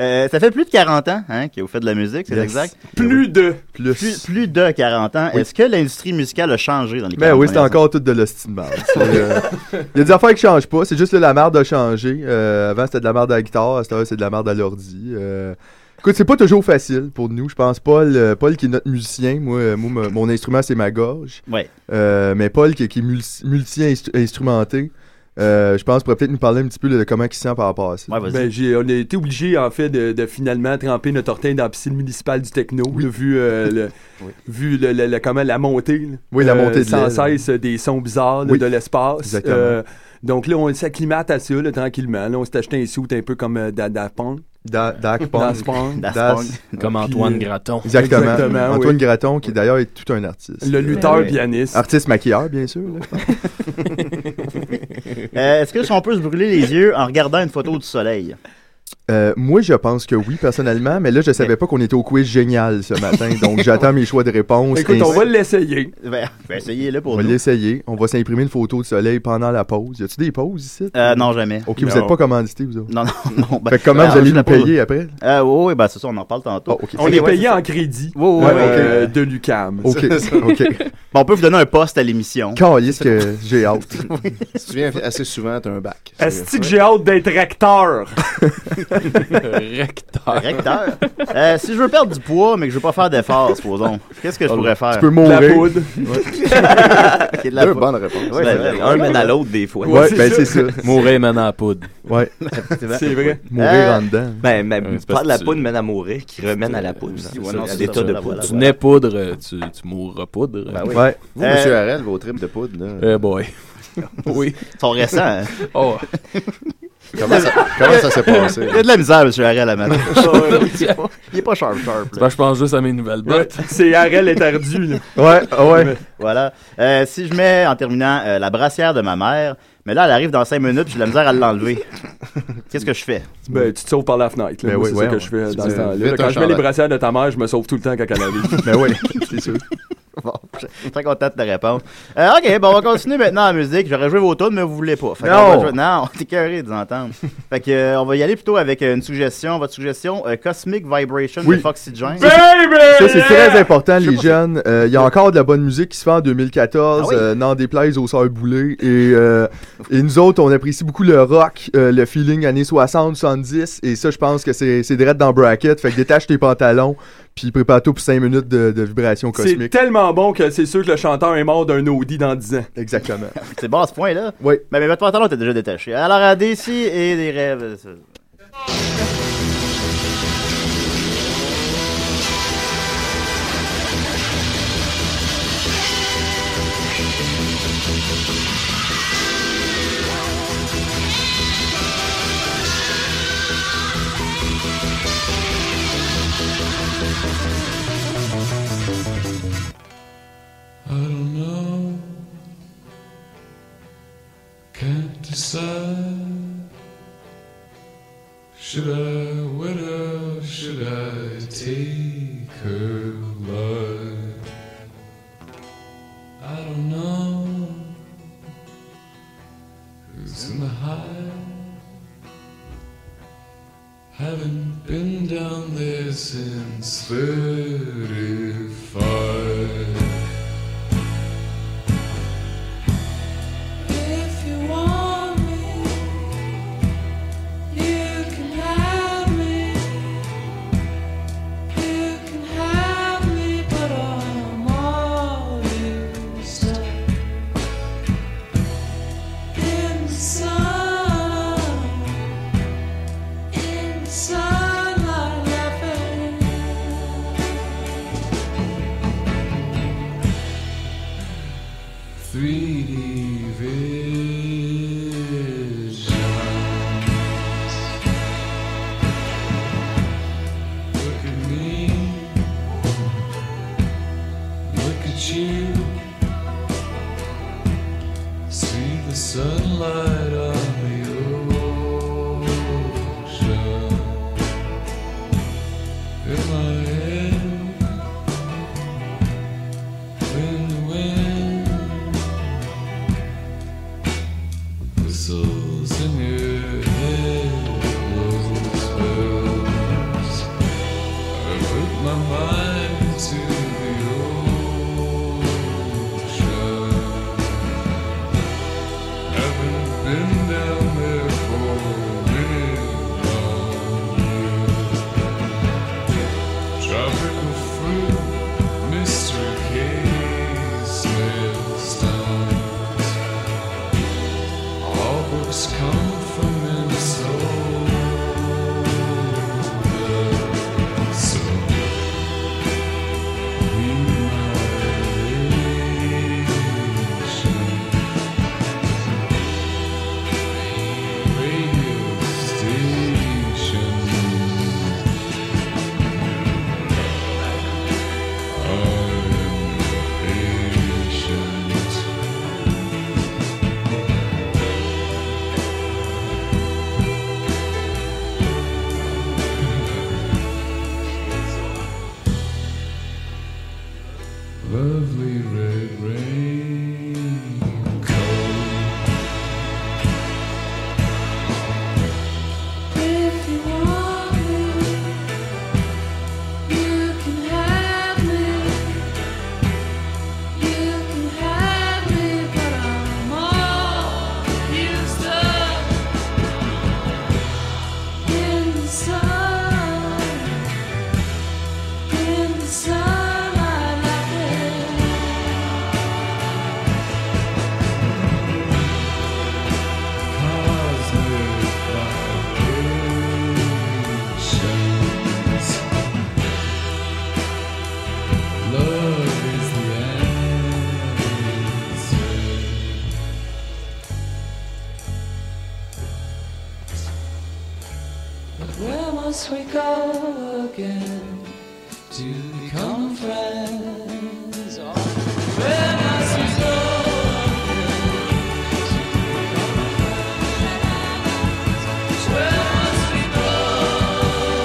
Speaker 4: Euh, ça fait plus de 40 ans hein, que vous faites de la musique, *laughs* c'est
Speaker 5: Yes.
Speaker 4: exact?
Speaker 6: Plus de.
Speaker 5: Plus.
Speaker 4: Plus, plus de 40 ans. Est-ce que l'industrie musicale a changé dans les
Speaker 5: Ben
Speaker 4: 40
Speaker 5: oui, c'est
Speaker 4: premières années?
Speaker 5: encore tout de l'hostie de merde. C'est, *laughs* euh, Il y a des affaires qui changent pas, c'est juste que la merde a changé. Euh, avant, c'était de la merde à la guitare, à cette heure, c'est de la merde à l'ordi. Euh, Écoute, c'est pas toujours facile pour nous. Je pense Paul, euh, Paul qui est notre musicien, moi, euh, moi, mon- mon instrument, c'est ma gorge.
Speaker 4: Ouais.
Speaker 5: Euh, mais Paul, qui, qui est multi- multi-instrumenté, euh, je pense pourrait peut-être nous parler un petit peu de comment il se sent par rapport à ça.
Speaker 4: Ouais, vas-y.
Speaker 6: Ben, j'ai, on a été obligé en fait de, de finalement tremper notre orteil dans la piscine municipale du techno, là, vu, euh, le- vu le- le- le- comment, la montée. là.
Speaker 5: Oui, la
Speaker 6: Euh,
Speaker 5: montée de
Speaker 6: Sans
Speaker 5: l'aile.
Speaker 6: cesse euh, des sons bizarres là,
Speaker 5: Oui.
Speaker 6: de l'espace. Euh,
Speaker 5: Exactement.
Speaker 6: donc là, on s'acclimate à ça là, tranquillement. Là, on s'est acheté un suit un peu comme euh, Da Da Punk.
Speaker 5: Da- Dac Punk.
Speaker 6: Da Punk.
Speaker 4: Daft
Speaker 5: Das-
Speaker 4: Punk.
Speaker 8: Comme
Speaker 6: Puis,
Speaker 8: Antoine
Speaker 6: euh,
Speaker 8: Gratton.
Speaker 5: Exactement.
Speaker 6: Exactement,
Speaker 5: Antoine
Speaker 6: oui.
Speaker 5: Graton, qui d'ailleurs est tout un artiste. Euh,
Speaker 6: Le lutteur pianiste.
Speaker 5: Artiste maquilleur, bien sûr. là, je pense.
Speaker 4: Euh, Est-ce que si on peut se brûler les yeux en regardant une photo du soleil?
Speaker 5: Euh, moi, je pense que oui, personnellement, mais là, je savais pas qu'on était au quiz génial ce matin, donc j'attends mes choix de réponse.
Speaker 6: Écoute, on
Speaker 5: Ainsi-
Speaker 6: va l'essayer.
Speaker 4: Ben, essayez-le
Speaker 5: On va l'essayer. On va s'imprimer une photo de soleil pendant la pause. Y a-tu des pauses ici?
Speaker 4: Euh, non, jamais.
Speaker 5: Ok, vous êtes pas commandité, vous autres.
Speaker 4: Non, non,
Speaker 5: *laughs*
Speaker 4: non.
Speaker 5: Fait que comment
Speaker 4: ben,
Speaker 5: vous allez
Speaker 4: on
Speaker 5: nous
Speaker 4: pose-
Speaker 5: payer Oh. après? Ah,
Speaker 4: Euh, oui, oui, ben, c'est ça, on en parle tantôt.
Speaker 6: On est payé en crédit
Speaker 4: Oui, oui, oui.
Speaker 6: euh, de l'UCAM.
Speaker 9: Oh,
Speaker 4: Ok, ok. Ben, on peut vous donner un poste à l'émission.
Speaker 5: Calisse que j'ai hâte.
Speaker 9: Si tu viens assez souvent, t'as un bac.
Speaker 6: Est-ce que j'ai hâte d'être recteur?
Speaker 8: Recteur.
Speaker 4: Recteur. Euh, si je veux perdre du poids, mais que je veux pas faire d'efforts, supposons, qu'est-ce que
Speaker 5: Oh,
Speaker 4: je pourrais faire?
Speaker 9: Tu peux mourir.
Speaker 4: De
Speaker 9: poudre.
Speaker 4: Ouais. Ok, de la
Speaker 9: Deux
Speaker 4: poudre.
Speaker 9: bonnes réponses.
Speaker 4: Ouais, c'est vrai.
Speaker 10: Un mène à l'autre des fois.
Speaker 8: Ouais, ben c'est ça. Mourir mène à la poudre.
Speaker 5: Ouais.
Speaker 10: C'est vrai.
Speaker 8: Mourir
Speaker 10: Euh,
Speaker 8: en dedans.
Speaker 10: Ben, ben,
Speaker 8: Ouais, c'est
Speaker 10: pas
Speaker 8: parce
Speaker 10: de la
Speaker 8: que
Speaker 10: poudre mène à mourir, qui remène à la poudre. C'est
Speaker 8: Ouais,
Speaker 10: ça,
Speaker 8: non,
Speaker 10: à
Speaker 8: c'est
Speaker 10: l'état
Speaker 8: ça,
Speaker 10: de
Speaker 8: la
Speaker 10: poudre.
Speaker 8: Tu nais poudre, tu, tu mourras poudre.
Speaker 9: Ben oui. Ouais. Vous, monsieur
Speaker 4: Euh,
Speaker 9: Harel, vos tripes de poudre, là.
Speaker 8: Eh boy. oui.
Speaker 4: Ils sont récents.
Speaker 5: *laughs*
Speaker 4: hein?
Speaker 8: Oh.
Speaker 4: Comment ça- comment ça s'est passé? Il y a de la misère, monsieur Harel, à matin.
Speaker 5: *laughs*
Speaker 4: Il est pas sharp, sharp.
Speaker 8: je pense juste à mes nouvelles bottes.
Speaker 6: C'est Harel étardu, là.
Speaker 4: Ouais, ah
Speaker 5: *laughs*
Speaker 4: ouais. voilà. Euh, si je mets, en terminant, euh, la brassière de ma mère, mais là, elle arrive dans 5 minutes, puis j'ai de la misère à
Speaker 5: *laughs*
Speaker 4: l'enlever. Qu'est-ce que je fais?
Speaker 6: Ben, tu te sauves par la fenêtre. là.
Speaker 4: Ben
Speaker 6: Moi,
Speaker 4: oui,
Speaker 6: c'est
Speaker 4: ouais,
Speaker 6: ça que
Speaker 4: ouais.
Speaker 6: je fais
Speaker 4: Tu
Speaker 6: dans ce
Speaker 4: fais
Speaker 6: temps-là.
Speaker 4: vite un
Speaker 6: Quand je mets les
Speaker 4: chandail.
Speaker 6: brassières de ta mère, je me sauve tout le temps quand
Speaker 9: *laughs*
Speaker 6: elle arrive.
Speaker 4: Ben oui, c'est sûr. Bon, je suis très content de te répondre. Euh, ok, bon, on va continuer maintenant la musique. J'aurais joué vos tunes, mais vous voulez pas. Fait qu'on
Speaker 5: Non.
Speaker 4: va jouer- Non, t'es curé de les entendre. Fait que, euh, on va y aller plutôt avec euh, une suggestion. Votre suggestion, euh, Cosmic Vibration
Speaker 5: Oui.
Speaker 4: de Foxy Jane.
Speaker 5: Ça, c'est très important, les jeunes. Euh, Il y a encore de la bonne musique qui se fait en 2014.
Speaker 4: Ah
Speaker 5: euh, N'en déplaise aux sœurs Boulay. Et, euh, et nous autres, on apprécie beaucoup le rock, euh, le feeling années 60, 70. Et ça, je pense que c'est c'est direct dans Bracket. Fait que détache tes pantalons, puis prépare-toi pour 5 minutes de, de vibrations
Speaker 6: C'est
Speaker 5: cosmiques.
Speaker 6: tellement bon que c'est sûr que le chanteur est mort d'un Audi dans 10 ans.
Speaker 4: *laughs*
Speaker 5: Exactement.
Speaker 4: C'est bon à ce point-là?
Speaker 5: Oui.
Speaker 4: Mais, mais votre pantalon était déjà détaché. Alors, à DC et des rêves. euh, ça.
Speaker 11: I don't know. Can't decide. Should I wed her? Should I take her life? I don't know. Who's in the high? Haven't been down there since 35.
Speaker 12: If you want me, you can have me. You can have me, but I'm all used up. In the sun, in the sunlight, laughing.
Speaker 11: 3D visions. Look at me. Look at you. See the sunlight on the ocean. In my head, when the wind whistles in your head blows bells. I put my mind to the ocean. Haven't been down there for many long years. Tropical fruit, mystery case, mail stones. All books come from Minnesota. So be my nation. Radio station. I am
Speaker 12: sunlight like
Speaker 11: Love is the answer.
Speaker 12: Where must we go again to become friends? Or Where must we go? Where must we go?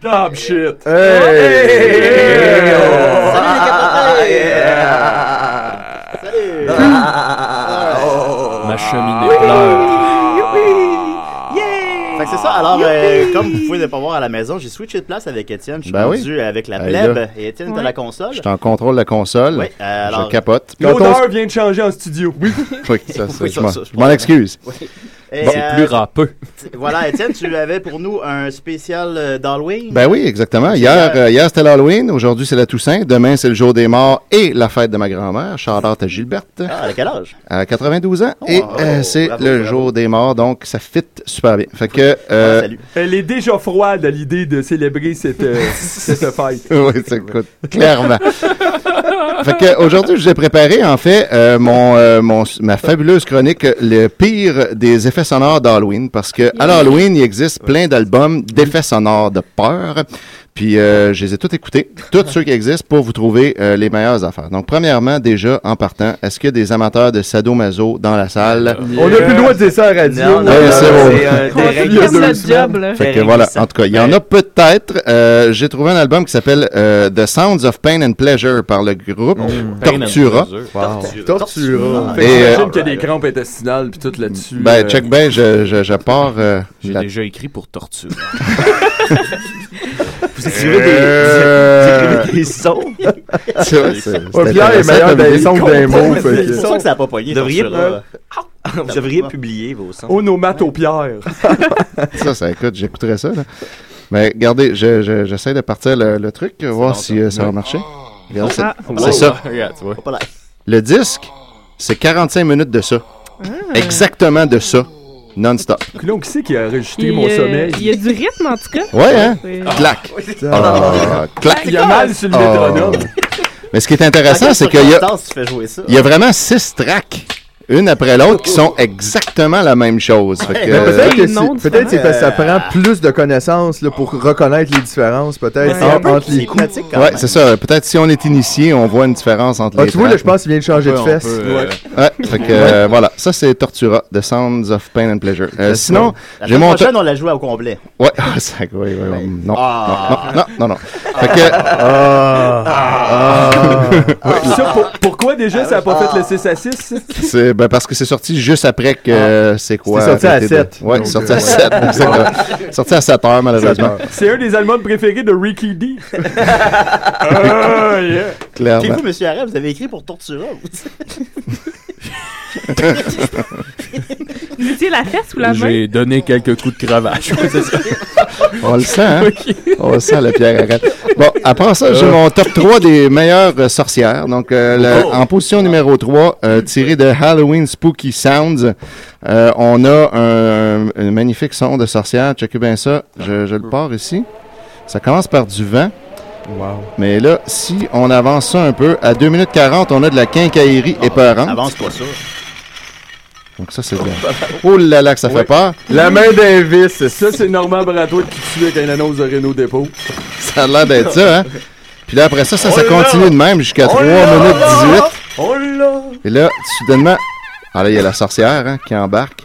Speaker 6: Dumb Ah, shit.
Speaker 9: Euh, ah,
Speaker 4: Hum.
Speaker 9: ah,
Speaker 8: Ma cheminée pleure.
Speaker 4: Fait que c'est ça. Alors, euh, comme vous pouvez le pas voir à la maison, j'ai switché de place avec Étienne. Je suis
Speaker 9: Ben oui.
Speaker 4: rendu avec la
Speaker 9: Hey, là.
Speaker 4: plebe et Étienne est à la console.
Speaker 9: Je t'en contrôle la console.
Speaker 4: Oui, euh, alors-
Speaker 9: Je capote.
Speaker 6: L'odeur vient de changer en studio. Oui.
Speaker 9: Oui, ça, ça,
Speaker 4: Oui,
Speaker 9: je
Speaker 4: ça,
Speaker 9: m'en-
Speaker 4: ça, je
Speaker 9: je m'en
Speaker 4: pense.
Speaker 9: excuse.
Speaker 4: Oui.
Speaker 9: Bon.
Speaker 4: Et, euh,
Speaker 9: C'est plus râpeux.
Speaker 4: t- Voilà, Étienne, tu avais pour nous un spécial euh, d'Halloween.
Speaker 9: Ben oui, exactement. Hier, euh, hier c'était l'Halloween, aujourd'hui c'est la Toussaint, demain c'est le jour des morts et la fête de ma grand-mère, Charlotte à Gilberte.
Speaker 4: Ah, à quel âge?
Speaker 9: À 92 ans. et euh, c'est le jour des morts, donc ça fit super bien. Fait que...
Speaker 4: Ah,
Speaker 9: euh,
Speaker 6: Elle est déjà froide à l'idée de célébrer cette, euh, *laughs* cette fête.
Speaker 9: *laughs* oui, ça coûte clairement. fait que aujourd'hui, je vous ai préparé en fait euh, mon, euh, mon- ma fabuleuse chronique euh, le pire des effets sonores d'Halloween parce que à l'Halloween, il existe plein d'albums d'effets sonores de peur. Puis euh, je les ai tous écoutés, tous ceux qui existent pour vous trouver euh, les meilleures affaires. Donc premièrement, déjà en partant, est-ce qu'il y a des amateurs de sadomaso dans la salle
Speaker 5: On a plus le droit de dire ça à la radio.
Speaker 9: Non, non, Ouais, non, c'est bon. c'est, euh,
Speaker 5: On
Speaker 9: *laughs*
Speaker 5: a
Speaker 9: des
Speaker 5: plus le
Speaker 9: règles.
Speaker 5: droit de
Speaker 9: C'est
Speaker 5: dire ça.
Speaker 9: Fait que voilà, en tout cas, il y en a peut-être. Euh, J'ai trouvé un album qui s'appelle euh, The Sounds of Pain and Pleasure par le groupe Tortura.
Speaker 4: Ah,
Speaker 6: Tortura.
Speaker 9: Et, euh,
Speaker 6: J'imagine qu'il y a des crampes intestinales puis tout là-dessus.
Speaker 9: Ben,
Speaker 6: euh,
Speaker 9: check ben, je, je, je pars. euh,
Speaker 8: J'ai
Speaker 9: là-
Speaker 8: déjà écrit pour Torture.
Speaker 9: Vous écrivez des- Euh, vous écrivez des *laughs* sons? Tu vois, c'est- c'est Ouais, Pierre est intéressant meilleur comme dans les idée. sons que dans les mots, fait que-
Speaker 4: Oh, C'est pour ça que ça n'a pas pogné.
Speaker 10: Devriez-
Speaker 4: sur le-
Speaker 9: Ah,
Speaker 10: Vous devriez publier vos sons.
Speaker 6: Onomatopière.
Speaker 9: ça, ça écoute, j'écouterai ça. Là. Mais regardez, je- je- j'essaie de partir le, le truc, voir si euh, ça va marcher. Regardez, c'est
Speaker 8: Ah.
Speaker 9: c'est ça.
Speaker 8: Regarde, tu vois.
Speaker 9: Ah, Le disque, c'est 45 minutes de ça. Exactement de ça, non-stop.
Speaker 6: *laughs* Donc, qui c'est qui a
Speaker 7: Il,
Speaker 6: enregistré
Speaker 7: y a-
Speaker 6: mon sommeil?
Speaker 7: euh, il y a du rythme en tout cas.
Speaker 9: Ouais, hein?
Speaker 7: C'est-
Speaker 9: Clac.
Speaker 7: Ah.
Speaker 9: Ah, clac. Ah.
Speaker 7: Il y a mal
Speaker 6: sur le métronome.
Speaker 5: Ah.
Speaker 9: Mais ce qui est intéressant,
Speaker 4: T'inquiète,
Speaker 9: c'est
Speaker 4: sur
Speaker 9: qu'il y a,
Speaker 4: Constance, tu fais jouer ça.
Speaker 9: il y a vraiment six tracks, une après l'autre, qui sont exactement la même chose. Fait que-
Speaker 5: Mais Peut-être que
Speaker 9: Euh,
Speaker 5: c'est peut-être c'est parce que ça prend plus de connaissances là, pour reconnaître les différences, peut-être,
Speaker 9: Ouais.
Speaker 5: entre, entre les coups.
Speaker 9: Ouais, c'est ça. Peut-être si on est initié, on voit une différence entre
Speaker 5: Ah,
Speaker 9: les
Speaker 5: tu vois, là,
Speaker 9: tracks.
Speaker 5: je pense qu'il vient de changer
Speaker 9: Un
Speaker 5: de
Speaker 9: peu,
Speaker 5: fesses.
Speaker 9: un peu, euh, Ouais, fait que euh, voilà, ça c'est Tortura, The Sounds of Pain and Pleasure. Euh, sinon,
Speaker 4: La
Speaker 9: j'ai
Speaker 4: semaine
Speaker 9: mon.
Speaker 4: prochaine, on la joue au complet.
Speaker 9: Ouais, *laughs* ah, ça, oui, oui, oui, non,
Speaker 4: Ah.
Speaker 9: non, non, non, non. Fait que.
Speaker 5: Ah.
Speaker 9: Ah.
Speaker 6: Ouais, ça, pour- pourquoi déjà ça n'a pas fait le 6 à 6?
Speaker 9: C'est ben, parce que c'est sorti juste après que euh, c'est quoi
Speaker 6: C'était sorti à
Speaker 9: arrêter de-
Speaker 6: 7.
Speaker 9: Ouais,
Speaker 6: Donc,
Speaker 9: c'est sorti
Speaker 6: euh,
Speaker 9: à 7.
Speaker 6: ouais.
Speaker 9: *laughs* exactement. sorti à 7 heures malheureusement.
Speaker 6: C'est un des albums préférés de Ricky D. *laughs* Ah, yeah.
Speaker 9: Clairement.
Speaker 4: Puis vous, monsieur Arrête, vous avez écrit pour Tortura, vous.
Speaker 7: Vous étiez la fesse ou la main?
Speaker 8: J'ai donné quelques coups de cravache. Oui, c'est ça.
Speaker 9: On le sent, hein?
Speaker 8: *laughs* Ok.
Speaker 9: On le sent, le Pierre Arrête. Bon, après ça, j'ai
Speaker 8: Euh. Oh,
Speaker 9: mon top 3 des meilleures euh, sorcières. Donc, euh, le- en position numéro 3, euh, tiré de Halloween Spooky Sounds, euh, on a un, un magnifique son de sorcière. Checkez bien ça. Je, je le pars ici. Ça commence par du vent. Mais là, si on avance Ah. ça un peu, à 2 minutes 40, on a de la quincaillerie épeurante.
Speaker 4: Avance pas ça.
Speaker 9: Donc ça, c'est bien. Oh là là, que ça fait
Speaker 6: Ouais.
Speaker 9: peur.
Speaker 6: La main d'un vice. Ça, c'est Normand Bratois qui tue avec une annonce de Renault Dépôt.
Speaker 9: Ça a l'air d'être ça, hein? Puis Oh là, après ça, ça,
Speaker 6: On
Speaker 9: ça
Speaker 6: l'a!
Speaker 9: continue de même jusqu'à
Speaker 6: Oh
Speaker 9: 3 minutes 18.
Speaker 6: On l'a!
Speaker 9: Et là, soudainement... Ah là, il y a la sorcière hein, qui embarque.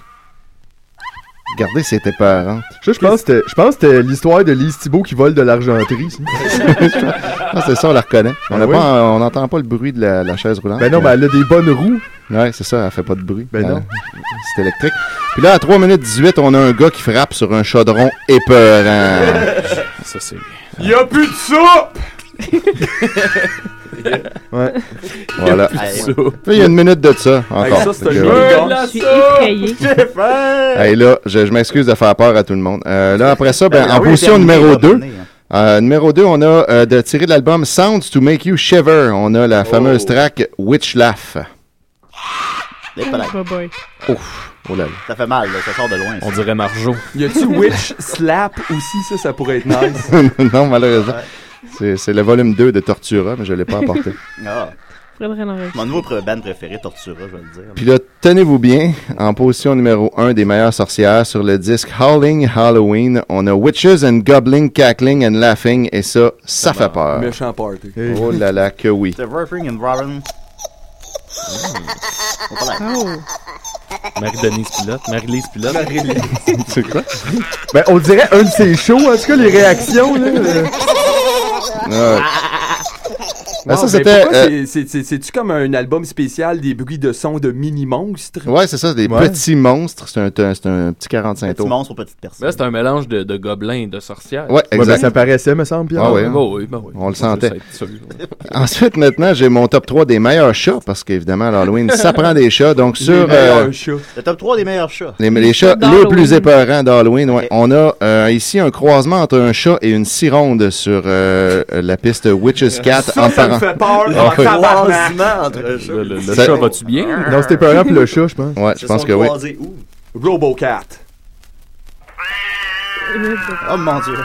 Speaker 9: Regardez, hein. c'était épeurant.
Speaker 5: Ça, je pense que c'était- je pense que c'était l'histoire de Lise Thibault qui vole de l'argenterie. ça.
Speaker 9: Ah, c'est ça, on la reconnaît. On
Speaker 5: Ah
Speaker 9: n'a
Speaker 5: oui?
Speaker 9: pas- on n'entend pas le bruit de la, la chaise roulante.
Speaker 5: Ben non, ben elle a des bonnes roues.
Speaker 9: Ouais, c'est ça, elle fait pas de bruit. Euh,
Speaker 5: Ben non.
Speaker 9: C'est électrique. Puis là, à 3 minutes 18, on a un gars qui frappe sur un chaudron épeurant.
Speaker 8: Ça, c'est
Speaker 6: Y a plus de soupe!
Speaker 9: Ouais.
Speaker 6: Il y a
Speaker 9: Voilà.
Speaker 6: plus de
Speaker 9: Hey.
Speaker 6: ça.
Speaker 9: Là, Il y a une minute de ça
Speaker 6: Hey,
Speaker 9: encore.
Speaker 6: ça, c'est un
Speaker 9: Fait que,
Speaker 6: jeu.
Speaker 9: euh,
Speaker 6: la
Speaker 7: Je suis effrayée.
Speaker 9: hey, là, je, je m'excuse de faire peur à tout le monde. Euh, là, après ça, ben,
Speaker 4: Ben
Speaker 9: en
Speaker 4: oui,
Speaker 9: position
Speaker 4: terminé,
Speaker 9: numéro
Speaker 4: on va
Speaker 9: 2.
Speaker 4: revenir,
Speaker 9: numéro 2, on a euh, de tiré de l'album Sounds to Make You Shiver. On a la fameuse track Witch Laugh.
Speaker 7: Oh boy.
Speaker 9: Ouf. Oh là *laughs* là.
Speaker 4: Ça fait mal, là, ça sort de loin. ça.
Speaker 9: dirait Marjo.
Speaker 6: Y a-tu Witch Slap aussi? Ça, ça pourrait être
Speaker 5: *laughs*
Speaker 6: nice.
Speaker 9: non, malheureusement. C'est- C'est le volume 2 de Tortura, mais je ne l'ai pas apporté. *laughs*
Speaker 4: Ah.
Speaker 7: Faudrait l'enregistrer.
Speaker 4: Mon nouveau pre- band préféré, Tortura, je vais le dire.
Speaker 9: Puis là, tenez-vous bien, en position numéro 1 des meilleures sorcières sur le disque Howling Halloween, on a Witches and Goblin Cackling and Laughing, et ça, ça fait peur.
Speaker 6: Méchant party.
Speaker 9: *laughs* Oh là là, que oui.
Speaker 4: The Ruffing and Robin.
Speaker 8: Marie-Denise Pilote. Marie-Lise Pilote.
Speaker 9: *laughs* C'est *laughs* quoi?
Speaker 5: Ben, on dirait un de ses shows, en tout cas, les réactions,
Speaker 6: *laughs*
Speaker 5: là. euh.
Speaker 9: Ah. Ben,
Speaker 5: Ah,
Speaker 6: Wow,
Speaker 9: ça,
Speaker 6: ben,
Speaker 9: c'était.
Speaker 6: pourquoi
Speaker 9: euh,
Speaker 6: c'est- c'est- c'est- C'est-tu comme un album spécial des bruits de sons de mini-monstres?
Speaker 9: ouais, c'est ça, des
Speaker 6: Ouais.
Speaker 9: petits monstres. C'est un, c'est un petit 45 tours.
Speaker 4: aux petites personnes.
Speaker 8: Là, c'est un mélange de, de gobelins et de sorcières.
Speaker 9: Ouais, exact.
Speaker 5: ben, ça paraissait, me semble, Pierre.
Speaker 9: Ah ouais, hein?
Speaker 8: Oh oui, ben oui.
Speaker 9: On le
Speaker 8: Ça,
Speaker 9: sentait.
Speaker 8: ça, c'est sûr.
Speaker 9: *laughs* Ensuite, maintenant, j'ai mon top 3 des meilleurs chats, parce qu'évidemment, à l'Halloween, ça prend des chats. Donc, sur. euh,
Speaker 4: Le top 3 des meilleurs chats.
Speaker 9: Les, les chats les plus épeurants d'Halloween, ouais. On a euh, ici un croisement entre un chat et une sironde sur euh, la piste Witch's Cat
Speaker 6: Ça,
Speaker 9: en
Speaker 6: ça
Speaker 9: parent.
Speaker 6: me fait peur,
Speaker 9: Ouais.
Speaker 6: en
Speaker 9: Ah.
Speaker 6: tabarnak.
Speaker 10: Croisement entre eux.
Speaker 8: Le, le- le
Speaker 9: Ça-
Speaker 8: chat, va-tu bien?
Speaker 5: Non, c'était peurant pour le chat, je pense.
Speaker 9: Ouais, je pense que oui.
Speaker 10: où?
Speaker 6: Robocat.
Speaker 4: Oh mon dieu.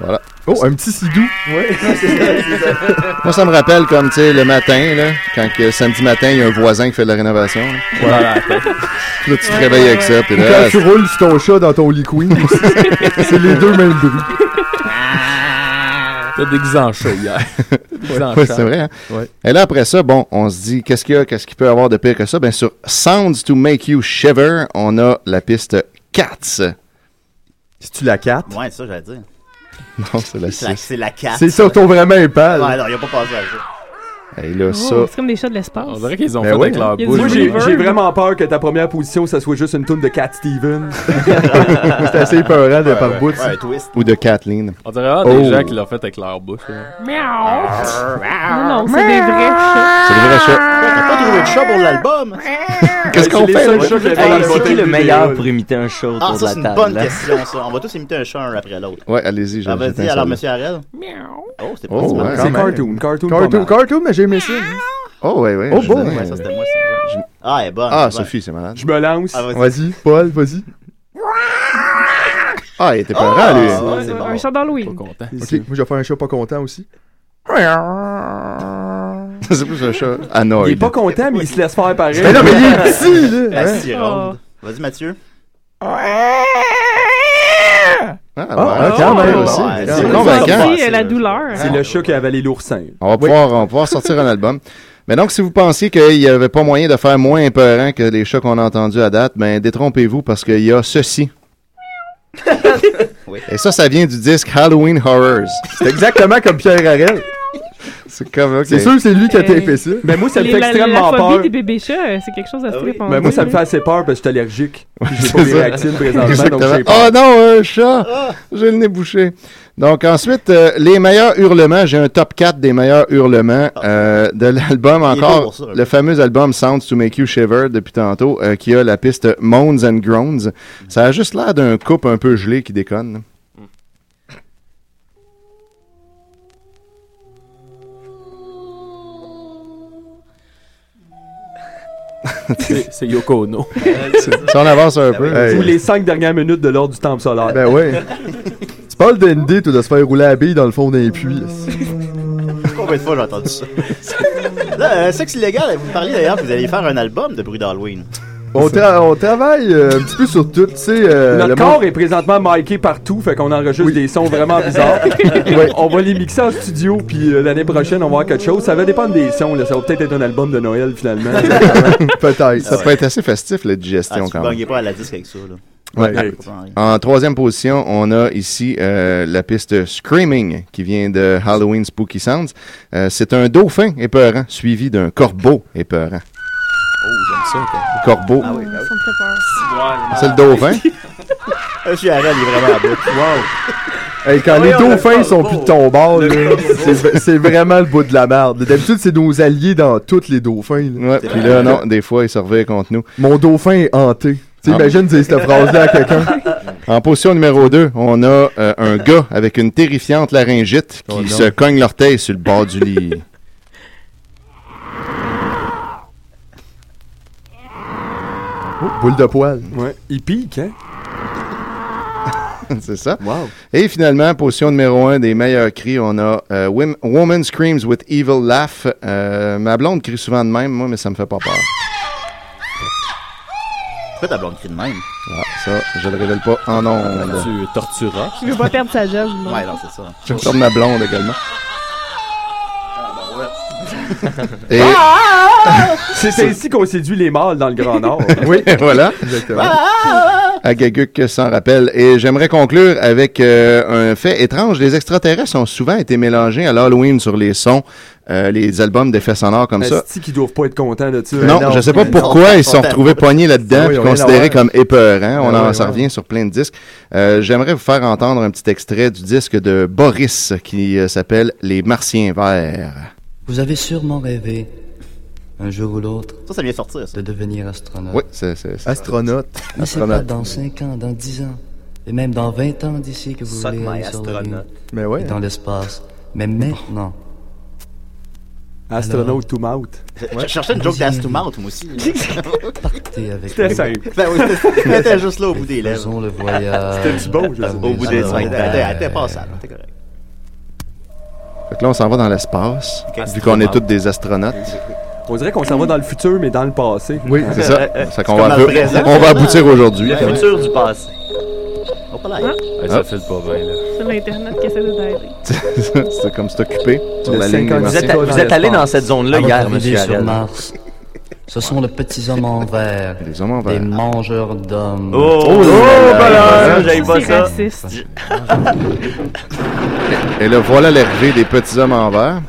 Speaker 9: Voilà.
Speaker 5: Oh, un petit sidou. Ouais.
Speaker 9: Moi, ça me rappelle comme, tu sais, le matin, là, quand que, samedi matin, il y a un voisin qui fait de la rénovation. Là,
Speaker 5: Voilà.
Speaker 9: Puis *laughs* là, tu te réveilles avec ça, puis
Speaker 5: Ou Quand
Speaker 9: là...
Speaker 5: tu roules sur ton chat dans ton lit queen, c'est les deux mêmes bruits.
Speaker 8: T'as déguisé en chat hier. T'as déguisé en
Speaker 9: Ouais,
Speaker 8: chat.
Speaker 9: c'est vrai. hein?
Speaker 8: Ouais.
Speaker 9: Et là, après ça, bon, on se dit, qu'est-ce qu'il y a, qu'est-ce qu'il peut y avoir de pire que ça? Bien, sur Sounds to Make You Shiver, on a la piste Cats.
Speaker 5: C'est-tu la 4?
Speaker 4: Ouais, c'est ça, j'allais dire.
Speaker 9: Non, c'est la
Speaker 4: C'est la-
Speaker 9: 6.
Speaker 4: C'est la 4.
Speaker 5: C'est ça, ton vraiment épale.
Speaker 4: Ouais, non, il a pas passé à ça.
Speaker 9: Et là,
Speaker 7: Oh,
Speaker 9: ça...
Speaker 7: C'est comme des chats de l'espace. On
Speaker 8: dirait qu'ils ont
Speaker 9: Ben fait oui. avec leur
Speaker 7: Il y a
Speaker 8: bouche.
Speaker 7: du Ah,
Speaker 6: Moi, j'ai
Speaker 7: reverb.
Speaker 6: j'ai vraiment peur que ta première position, ça soit juste une toune de Cat Stevens.
Speaker 9: C'est assez
Speaker 5: épeurant
Speaker 9: de par bout.
Speaker 4: Ouais, twist.
Speaker 9: Ou de Kathleen.
Speaker 8: On dirait ah,
Speaker 9: Oh.
Speaker 8: des gens qui l'ont fait avec leur bouche. là.
Speaker 7: Non, non, c'est des vrais chats.
Speaker 9: C'est des vrais chats.
Speaker 4: T'as pas trouvé de chat pour l'album?
Speaker 9: Qu'est-ce
Speaker 6: Ben,
Speaker 9: qu'on fait, là?
Speaker 10: Hey, c'est qui le meilleur pour imiter un chat
Speaker 4: Ah,
Speaker 10: autour de
Speaker 4: ça,
Speaker 10: la
Speaker 4: c'est une
Speaker 10: table?
Speaker 4: bonne
Speaker 10: là?
Speaker 4: question, ça. On va tous imiter un chat un après l'autre.
Speaker 9: Ouais, allez-y, je
Speaker 4: Ah, vas-y,
Speaker 9: j'éteins
Speaker 4: alors,
Speaker 9: ça, là.
Speaker 4: monsieur Harel. Oh, c'était pas
Speaker 9: Oh,
Speaker 4: si mal.
Speaker 9: ouais.
Speaker 6: C'est cartoon, cartoon.
Speaker 5: Cartoon,
Speaker 6: pas mal.
Speaker 5: cartoon, mais j'ai aimé ça.
Speaker 9: Oh, ouais, ouais.
Speaker 5: Oh,
Speaker 9: je
Speaker 5: bon.
Speaker 9: donne-
Speaker 4: Ouais, ça, c'était moi, ça. Ah, elle est bonne.
Speaker 9: Ah,
Speaker 4: elle est bonne.
Speaker 9: Sophie, c'est malade.
Speaker 6: Je me lance.
Speaker 4: Ah, vas-y.
Speaker 5: Vas-y, Paul, vas-y.
Speaker 9: Ah, il était peurant, lui.
Speaker 4: Ah, c'est bon.
Speaker 7: Un chat d'Halloween.
Speaker 8: Content.
Speaker 5: Ok, moi, je vais faire un chat pas content aussi.
Speaker 9: *laughs* C'est plus un chat
Speaker 6: Il est
Speaker 9: annoyed.
Speaker 6: pas content, mais il se laisse faire pareil.
Speaker 5: Mais Ben non, mais il est *laughs* petit, là.
Speaker 4: La
Speaker 5: Ouais.
Speaker 4: sironde. Vas-y, Mathieu.
Speaker 9: Ah,
Speaker 5: Ah,
Speaker 9: ouais,
Speaker 5: quand
Speaker 9: ouais,
Speaker 5: même.
Speaker 9: aussi.
Speaker 4: Ouais,
Speaker 9: C'est
Speaker 4: c'est
Speaker 9: convaincant.
Speaker 7: Aussi, euh, la douleur.
Speaker 6: C'est le chat qui a avalé l'oursin.
Speaker 9: On va, pouvoir, on va pouvoir sortir un album. Mais donc, si vous pensiez qu'il n'y avait pas moyen de faire moins épeurant que les chats qu'on a entendus à date, ben détrompez-vous parce qu'il y a ceci.
Speaker 4: Oui.
Speaker 9: Et ça, ça vient du disque Halloween Horrors.
Speaker 5: C'est exactement comme Pierre Harel.
Speaker 9: C'est comme, ok.
Speaker 5: C'est sûr que c'est lui qui a tapé ça.
Speaker 6: Mais moi, ça me
Speaker 7: Les-
Speaker 6: fait
Speaker 7: la-
Speaker 6: extrêmement
Speaker 7: la phobie
Speaker 6: peur.
Speaker 7: des bébés chats, euh, c'est quelque chose à se
Speaker 4: Ah oui.
Speaker 7: triper.
Speaker 6: Mais moi, ça me fait assez peur parce que je suis allergique. Puis J'ai
Speaker 9: C'est
Speaker 6: pas des
Speaker 9: ça.
Speaker 6: réactines présentement, donc
Speaker 9: Exactement.
Speaker 6: j'ai Ah!
Speaker 9: Oh
Speaker 6: peur.
Speaker 9: non, un chat! J'ai le nez bouché. Donc ensuite, euh, les meilleurs hurlements. J'ai un top 4 des meilleurs hurlements
Speaker 6: Ah.
Speaker 9: euh, de l'album
Speaker 4: Il est beau
Speaker 9: encore.
Speaker 4: pour ça,
Speaker 9: le fameux album Sounds to Make You Shiver depuis tantôt, euh, qui a la piste Moans and Groans. Ça a juste l'air d'un couple un peu gelé qui déconne. là.
Speaker 8: C'est c'est Yoko Ono.
Speaker 9: Si on avance un peu.
Speaker 5: Ah, Hey.
Speaker 6: Ou les cinq dernières minutes de l'ordre du temps solaire.
Speaker 9: *laughs*
Speaker 6: *laughs*
Speaker 5: Ben ouais. Tu parles d'ND, toi, de se faire rouler à la bille dans le fond d'un puits.
Speaker 4: combien de fois j'ai entendu ça. Là, euh, sexe illégal, vous parliez d'ailleurs que vous allez faire un album de bruit d'Halloween.
Speaker 5: On, tra- on travaille euh, un petit peu sur tout, tu sais. euh,
Speaker 6: Notre
Speaker 5: le
Speaker 6: corps
Speaker 5: monde-
Speaker 6: est présentement marqué partout, fait qu'on enregistre des sons vraiment
Speaker 5: *laughs*
Speaker 6: bizarres. On va les mixer en studio, puis euh, l'année prochaine, on va avoir quelque chose. Ça va dépendre des sons, là. ça va peut-être être un album de Noël finalement.
Speaker 9: Peut-être. Ça
Speaker 4: Ah
Speaker 9: peut
Speaker 4: ouais.
Speaker 9: être assez festif, la digestion,
Speaker 4: Ah, tu
Speaker 9: quand
Speaker 4: ne
Speaker 9: même.
Speaker 4: gagnais pas à la disque avec ça, là.
Speaker 9: Ouais.
Speaker 4: Ah, je comprends rien.
Speaker 9: En troisième position, on a ici euh, la piste Screaming qui vient de Halloween Spooky Sounds. Euh, c'est un dauphin épeurant suivi d'un corbeau épeurant.
Speaker 4: Oh, j'aime ça,
Speaker 9: Corbeau.
Speaker 4: Ah oui, bah oui.
Speaker 9: C'est le
Speaker 4: *laughs*
Speaker 9: dauphin.
Speaker 4: Je suis à Rennes, il est vraiment à bout.
Speaker 5: *laughs* Hey, quand
Speaker 4: Ah oui,
Speaker 5: les
Speaker 4: on a
Speaker 5: dauphins
Speaker 4: le
Speaker 5: sont
Speaker 4: corbeau.
Speaker 5: plus de ton bord,
Speaker 4: Le
Speaker 5: là,
Speaker 4: corbeau.
Speaker 5: c'est v- c'est vraiment le bout de la merde. D'habitude, c'est nos alliés dans tous les dauphins. là.
Speaker 9: Ouais, puis là, non, des fois, il se revient contre nous.
Speaker 5: Mon dauphin est hanté.
Speaker 9: Ah.
Speaker 5: T'imagines dire cette phrase-là
Speaker 6: *laughs*
Speaker 5: à quelqu'un?
Speaker 9: En position numéro 2, on a euh, un gars avec une terrifiante laryngite qui
Speaker 5: Oh non.
Speaker 9: se cogne l'orteil sur le bord du lit. *laughs*
Speaker 5: Oh, boule de poil.
Speaker 6: Ouais, il pique, hein?
Speaker 9: C'est ça. Et finalement, position numéro 1 des meilleurs cris, on a euh, Wim- Woman Screams with Evil Laugh. Euh, ma blonde crie souvent de même, moi, mais ça me fait pas peur.
Speaker 4: Pourquoi ta blonde crie de même?
Speaker 9: Ah, ça, je le révèle pas en ondes.
Speaker 8: Tu torturas.
Speaker 7: Il veut pas perdre sa job. non.
Speaker 4: Ouais, non, c'est ça.
Speaker 9: Je me sors de ma blonde également. Et...
Speaker 6: Ah! C'est c'est ainsi qu'on séduit les mâles dans le Grand
Speaker 5: *laughs*
Speaker 6: Nord.
Speaker 9: *laughs*
Speaker 6: Ah,
Speaker 9: oui, voilà. Agaguk s'en rappelle. Et j'aimerais conclure avec euh, un fait étrange. Les extraterrestres ont souvent été mélangés à l'Halloween sur les sons, euh, les albums d'effets sonores comme ça.
Speaker 6: Asti qui doivent pas être contents de ça.
Speaker 9: Non, je sais pas pourquoi ils se sont retrouvés pognés là-dedans puis
Speaker 6: Oui, ils ont rien à
Speaker 9: considérés
Speaker 6: voir.
Speaker 9: comme épeurants. On
Speaker 6: Ah
Speaker 9: en
Speaker 6: ouais,
Speaker 9: ça
Speaker 6: ouais.
Speaker 9: revient sur plein de disques. Euh, J'aimerais vous faire entendre un petit extrait du disque de Boris qui euh, s'appelle Les Martiens Verts.
Speaker 13: Vous avez sûrement rêvé, un jour ou l'autre,
Speaker 4: Ça, ça vient sortir, ça.
Speaker 13: de devenir astronaute.
Speaker 9: Oui, c'est- c'est- c'est-
Speaker 5: Astronaute.
Speaker 13: Mais c'est pas
Speaker 5: Astronaute.
Speaker 13: dans 5 ans, dans 10 ans, et même dans 20 ans d'ici que vous
Speaker 10: Suck
Speaker 13: voulez
Speaker 10: my
Speaker 13: aller sur la Lune
Speaker 10: astronaute.
Speaker 5: Mais ouais,
Speaker 13: et
Speaker 5: hein.
Speaker 13: dans l'espace. Mais maintenant...
Speaker 6: Astronaute to mouth.
Speaker 4: Je cherchais une joke d'As to Mouth, moi aussi.
Speaker 13: Partez avec
Speaker 4: C'était
Speaker 13: nous.
Speaker 4: simple. Ben oui,
Speaker 13: *laughs*
Speaker 4: c'était- elle était juste là, au bout des lèvres.
Speaker 13: Faisons le voyage.
Speaker 4: C'était-tu beau, je sais pas. Au bout des
Speaker 13: Amoureux.
Speaker 4: lèvres. Elle était passable, t'es correct.
Speaker 9: Fait que là, on s'en va dans l'espace,
Speaker 6: Ok.
Speaker 9: vu qu'on est tous des astronautes.
Speaker 6: On dirait qu'on s'en va dans le futur, mais dans le passé.
Speaker 9: Oui, c'est
Speaker 4: Euh,
Speaker 9: ça. C'est qu'on
Speaker 6: comme
Speaker 9: va
Speaker 6: dans le
Speaker 9: abou-
Speaker 6: présent.
Speaker 9: on va aboutir *laughs* aujourd'hui.
Speaker 6: Le futur du passé.
Speaker 4: Hop là.
Speaker 9: ça
Speaker 8: fait pas bien, là.
Speaker 7: C'est l'Internet qui essaie de t'aider.
Speaker 9: c'est comme c'est occupé. Sur
Speaker 10: Le
Speaker 9: la ligne des
Speaker 10: 50, vous
Speaker 9: Martiens.
Speaker 10: êtes- vous êtes allé dans cette zone-là
Speaker 13: Avant
Speaker 10: hier,
Speaker 13: d'arriver
Speaker 10: monsieur
Speaker 13: sur
Speaker 10: Allen.
Speaker 13: Mars, ce sont les petits hommes en vert.
Speaker 9: Les hommes en
Speaker 13: Des mangeurs d'hommes.
Speaker 10: Oh, Oh, oh, balade! j'aille pas ça.
Speaker 7: Raciste.
Speaker 9: Et là, voilà l'arrivée des petits hommes en verre.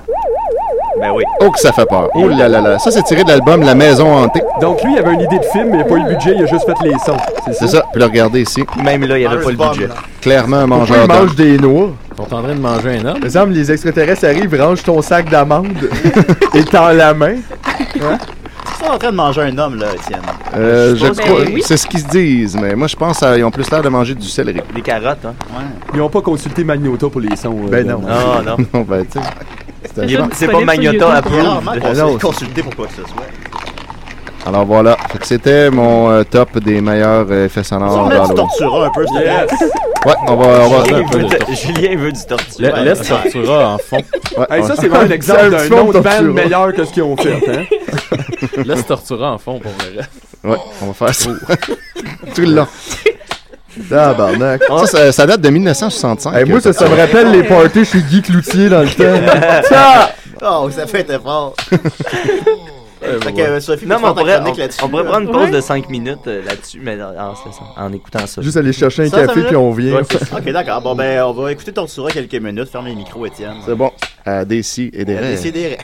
Speaker 10: Ben oui.
Speaker 9: Oh, que ça fait peur. Oh là là là. Ça, c'est tiré de l'album La Maison Hantée.
Speaker 6: Donc lui, il avait une idée de film, mais il a pas eu le budget, il a juste fait les sons.
Speaker 9: C'est ça. Puis là, regardez ici.
Speaker 10: Oh, Même là, il n'y avait pas le budget.
Speaker 9: Clairement, un
Speaker 5: Pourquoi
Speaker 9: mangeur
Speaker 5: ils
Speaker 9: d'hommes.
Speaker 5: mangent des noix?
Speaker 8: T'es en train de manger un homme?
Speaker 5: Les hommes, les extraterrestres arrivent, rangent ton sac
Speaker 6: *laughs*
Speaker 5: d'amandes et tend la main.
Speaker 4: Tu es en train de manger un homme, là, Étienne.
Speaker 9: Euh, je
Speaker 4: Je pense
Speaker 5: Ben
Speaker 4: que
Speaker 9: crois-
Speaker 4: oui.
Speaker 9: C'est ce qu'ils se disent, mais moi, je pense qu'ils ont plus l'air de manger du céleri.
Speaker 10: Des carottes, hein?
Speaker 6: Ils n'ont pas consulté Magnota pour les sons. euh,
Speaker 9: Ben non.
Speaker 10: Ah, non.
Speaker 9: *laughs* non, ben, tu sais.
Speaker 10: C'est
Speaker 9: un-
Speaker 10: pas- c'est pas Magnota
Speaker 4: Il est rarement
Speaker 10: approved.
Speaker 4: consul- consulté pour quoi que ce soit.
Speaker 9: Alors voilà. Fait que c'était mon euh, top des meilleurs euh, effets
Speaker 4: On
Speaker 9: sonores
Speaker 4: met du
Speaker 9: d'Halloween.
Speaker 4: tortura un peu, s'il te plaît.
Speaker 9: Ouais, on va. On va
Speaker 10: *laughs* Julien veut de- Julien veut du tortue.
Speaker 9: La- laisse Tortura en fond. Ouais,
Speaker 6: Hey,
Speaker 9: on-
Speaker 6: ça, Ah. *laughs* c'est vraiment un
Speaker 9: C'est un
Speaker 6: exemple
Speaker 9: petit
Speaker 6: d'un
Speaker 9: fond
Speaker 6: autre
Speaker 9: torturant.
Speaker 6: band meilleur que ce qu'ils ont fait. *laughs* Hein?
Speaker 8: Laisse tortura en fond pour le reste.
Speaker 9: Ouais, on va faire
Speaker 5: *laughs*
Speaker 9: ça. Tout le long.
Speaker 5: Tabarnak.
Speaker 9: Ça, ça, ça date de 1965.
Speaker 5: Hey, moi, ça, ça me rappelle les parties chez Guy Cloutier dans le
Speaker 6: *laughs*
Speaker 5: temps. Ça!
Speaker 4: Oh, ça fait
Speaker 10: *laughs*
Speaker 4: un effort. Fait que, euh, Sophie,
Speaker 10: non,
Speaker 4: peux-tu
Speaker 10: mais on
Speaker 4: faire ta
Speaker 10: pourrait,
Speaker 4: chronique
Speaker 10: on-
Speaker 4: là-dessus,
Speaker 10: on pourrait
Speaker 4: là?
Speaker 10: prendre une pause
Speaker 4: Ouais.
Speaker 10: de 5 minutes euh, là-dessus, mais en, en- c'est ça, en écoutant ça.
Speaker 5: Juste aller chercher un
Speaker 4: Ça, ça
Speaker 5: café,
Speaker 4: me
Speaker 5: puis
Speaker 4: l'a-
Speaker 5: on vient.
Speaker 4: Ouais, c'est ça. ok, d'accord. Bon, ben, on va écouter Tortura quelques minutes. Ferme les micros, Étienne.
Speaker 9: C'est bon. À des si et des rêves.
Speaker 4: Décidérez.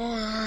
Speaker 11: Oh.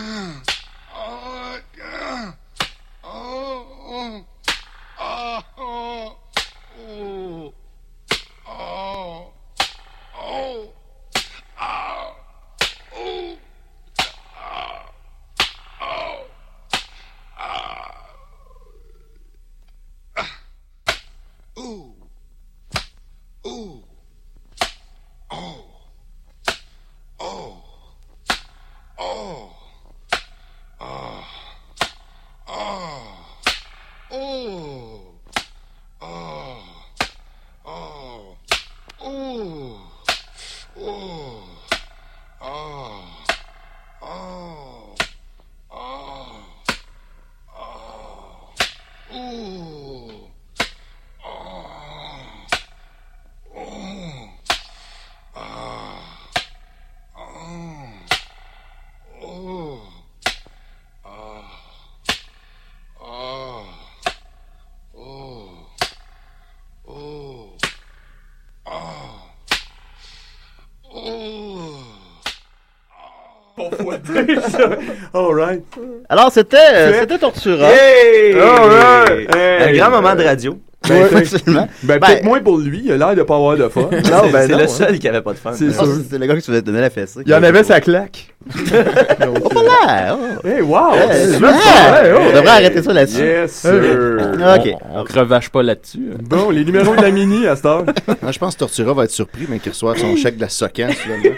Speaker 6: Pour fouetter ça. All right.
Speaker 4: Alors, c'était euh, c'était Tortura.
Speaker 10: Hey!
Speaker 4: Alright!
Speaker 10: Un grand moment de radio.
Speaker 6: Ben,
Speaker 10: Ouais, absolument.
Speaker 6: *laughs* ben,
Speaker 10: Ben-
Speaker 6: peut-être moins pour lui, il a l'air de pas
Speaker 4: *laughs*
Speaker 6: avoir de fun. Ah,
Speaker 10: C'est-
Speaker 4: ben
Speaker 10: c'est le seul qui Ah, avait pas de fun.
Speaker 6: C'est
Speaker 10: Je pense
Speaker 6: sûr.
Speaker 10: que
Speaker 4: Ah, C'est le gars qui se faisait donner la fessée.
Speaker 5: Il y en avait sa claque.
Speaker 4: Oh là! oh.
Speaker 6: Hey, wow!
Speaker 4: Hey,
Speaker 6: c'est
Speaker 4: c'est
Speaker 6: vrai,
Speaker 4: vrai.
Speaker 6: ouais, ouais.
Speaker 4: On devrait arrêter ça là-dessus.
Speaker 6: Yes,
Speaker 4: Euh,
Speaker 6: sir.
Speaker 4: OK.
Speaker 8: On, on crevage pas là-dessus.
Speaker 6: Bon, les numéros de la mini à cette heure.
Speaker 9: Moi, Ah, je pense que Tortura va être surpris, mais qu'il reçoive son chèque de la Socan,
Speaker 7: *laughs*
Speaker 9: finalement.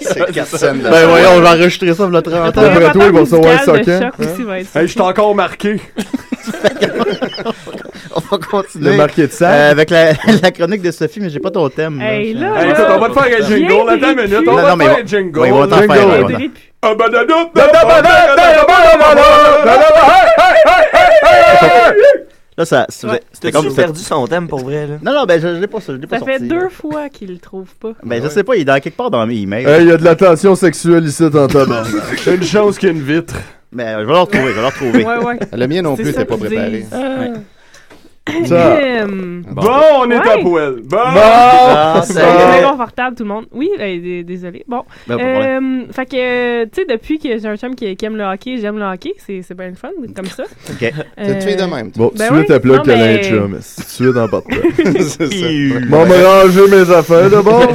Speaker 9: C'est quatre scènes de-
Speaker 4: Ben voyons, on va enregistrer ça pour le 30 ans.
Speaker 5: Après toi, ils vont recevoir
Speaker 7: musicale de
Speaker 5: socket.
Speaker 7: choc aussi va être ça.
Speaker 6: Hey, je suis encore marqué.
Speaker 4: On va continuer.
Speaker 5: Le marqué de sac.
Speaker 4: Euh, avec la,
Speaker 5: *laughs*
Speaker 4: la chronique de Sophie, mais j'ai pas ton thème.
Speaker 7: Hey,
Speaker 4: là.
Speaker 7: là,
Speaker 6: Hey, écoute, on va te faire un
Speaker 7: Viens,
Speaker 6: jingle. Attends une
Speaker 7: t'es
Speaker 6: minute.
Speaker 7: cul.
Speaker 6: On
Speaker 4: Non, non,
Speaker 6: va te
Speaker 4: mais
Speaker 6: faire
Speaker 4: on-
Speaker 6: un jingle.
Speaker 4: oui, on va t'en
Speaker 6: Jingle.
Speaker 4: faire un, on va t'en
Speaker 7: Dédé-
Speaker 6: Ah, badada, badada, badada, badada,
Speaker 4: Là, ça. ça-
Speaker 10: Ouais.
Speaker 4: C'était
Speaker 10: T'as-tu
Speaker 4: comme.
Speaker 10: perdu son thème pour vrai, là?
Speaker 4: Non, non, ben je, je l'ai pas, je l'ai pas
Speaker 7: Ça fait
Speaker 4: sorti.
Speaker 7: deux fois qu'il le trouve pas.
Speaker 4: Ben je sais pas, il est dans quelque part dans mes emails.
Speaker 10: Euh.
Speaker 5: Hey, il y a de la tension sexuelle ici, en tabac.
Speaker 9: Euh,
Speaker 6: Une chance qu'il y a une vitre.
Speaker 4: Mais euh, je vais le retrouver, je vais
Speaker 10: *laughs*
Speaker 4: le retrouver.
Speaker 7: Ouais, ouais.
Speaker 9: Le mien non
Speaker 7: C'est
Speaker 9: plus
Speaker 7: ça
Speaker 9: était pas
Speaker 7: qu'ils
Speaker 9: préparé.
Speaker 7: disent. Ah.
Speaker 5: Ça.
Speaker 6: Ah.
Speaker 7: Hum.
Speaker 6: Bon, on est à
Speaker 7: Ouais.
Speaker 6: poil. Bon.
Speaker 4: Ah,
Speaker 7: C'est Ben, très confortable, tout le monde. Oui, euh, d- désolé. Bon.
Speaker 4: Ben, pas de
Speaker 7: Euh, fait que, euh, tu sais, depuis que j'ai un chum qui, qui aime le hockey, j'aime le hockey. C'est c'est bien le fun, comme ça.
Speaker 4: Ok.
Speaker 9: C'est une fille de même. toi.
Speaker 5: Bon,
Speaker 7: Ben
Speaker 5: tu veux
Speaker 7: oui.
Speaker 5: ta
Speaker 7: Non,
Speaker 5: plug qu'elle a un
Speaker 7: mais-
Speaker 5: chum. Si tu veux, t'en portes pas.
Speaker 9: C'est ça.
Speaker 10: ben,
Speaker 4: ben,
Speaker 5: Bon, me ranger mes affaires d'abord.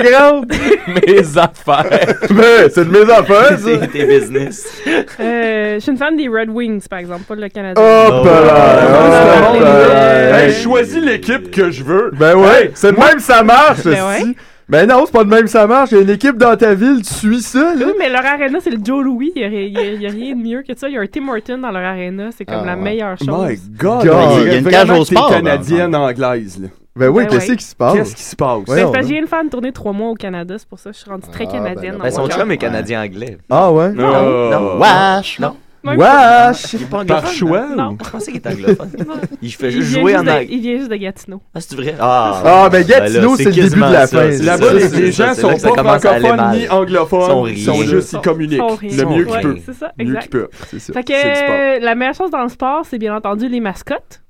Speaker 10: *laughs*
Speaker 5: grande.
Speaker 8: Mes affaires.
Speaker 5: Ben, c'est de mes
Speaker 4: *laughs*
Speaker 5: affaires, ça.
Speaker 10: T'es t'es business.
Speaker 7: Euh, je suis une fan des Red Wings, par exemple, pas le Canada.
Speaker 6: Oh,
Speaker 5: Hop
Speaker 6: ben, ah,
Speaker 5: là! Hop là!
Speaker 6: Hey, je choisis l'équipe que je veux.
Speaker 5: Ben ouais, c'est de même ça marche,
Speaker 7: Ben
Speaker 5: ceci.
Speaker 7: ouais.
Speaker 5: Ben non, c'est pas de même ça marche. Il y a une équipe dans ta ville, tu suis ça, là.
Speaker 7: Oui, mais leur arena, c'est le Joe Louis. Il n'y a, rien de mieux que ça. Il y a un Tim Horton dans leur arena. C'est comme
Speaker 9: Ah,
Speaker 7: la
Speaker 9: ouais.
Speaker 7: meilleure chose. Ben,
Speaker 6: My God.
Speaker 5: God.
Speaker 6: on dirait
Speaker 5: Il
Speaker 4: y a une
Speaker 6: vraiment
Speaker 4: cage au
Speaker 6: que t'es
Speaker 4: sport,
Speaker 6: canadienne anglaise. là.
Speaker 5: Ben oui,
Speaker 7: Ben
Speaker 5: qu'est-ce
Speaker 7: ouais.
Speaker 5: qui se passe?
Speaker 6: Qu'est-ce qui se passe?
Speaker 7: Ben,
Speaker 5: Voyons,
Speaker 7: c'est parce que
Speaker 5: là.
Speaker 7: j'ai une fan tourner trois mois au Canada. C'est pour ça que je suis rendue très
Speaker 9: Ah,
Speaker 7: canadienne.
Speaker 9: ben,
Speaker 7: dans
Speaker 10: Ben, son
Speaker 7: mon
Speaker 10: chum
Speaker 7: cœur.
Speaker 10: est canadien-anglais.
Speaker 9: *laughs*
Speaker 5: Ah ouais?
Speaker 6: Oh.
Speaker 10: Non.
Speaker 4: Wesh!
Speaker 10: Non.
Speaker 7: Ouais,
Speaker 5: Wesh!
Speaker 10: Il est pas anglophone.
Speaker 6: Par choix
Speaker 7: Non.
Speaker 10: Je pensais qu'il
Speaker 7: *laughs*
Speaker 10: était anglophone. Il fait
Speaker 7: Il
Speaker 10: juste
Speaker 7: vient
Speaker 10: jouer
Speaker 7: juste
Speaker 10: en
Speaker 7: de-
Speaker 10: anglais.
Speaker 7: Il vient juste de Gatineau.
Speaker 10: Ah, c'est vrai? Ah,
Speaker 5: Ah, ben Gatineau,
Speaker 10: là,
Speaker 5: c'est le début
Speaker 10: quasiment
Speaker 5: de la
Speaker 10: ça,
Speaker 5: fin.
Speaker 10: c'est
Speaker 6: Là-bas,
Speaker 10: ça,
Speaker 6: les,
Speaker 10: c'est
Speaker 6: les
Speaker 10: ça,
Speaker 6: gens
Speaker 10: c'est là
Speaker 6: sont
Speaker 10: que ça
Speaker 6: pas
Speaker 10: commence à aller
Speaker 6: francophones
Speaker 10: mal.
Speaker 6: ni anglophones.
Speaker 10: Sont
Speaker 6: ils sont
Speaker 10: rien.
Speaker 6: juste, ils
Speaker 7: Sont-
Speaker 6: communiquent.
Speaker 7: sont rien.
Speaker 6: Le mieux
Speaker 7: Ouais,
Speaker 6: qu'ils peuvent.
Speaker 7: C'est ça,
Speaker 6: Le mieux
Speaker 7: exact.
Speaker 6: qu'ils peuvent. C'est ça.
Speaker 7: Fait que
Speaker 6: C'est du sport.
Speaker 7: euh, la meilleure chose dans le sport, c'est bien entendu les mascottes.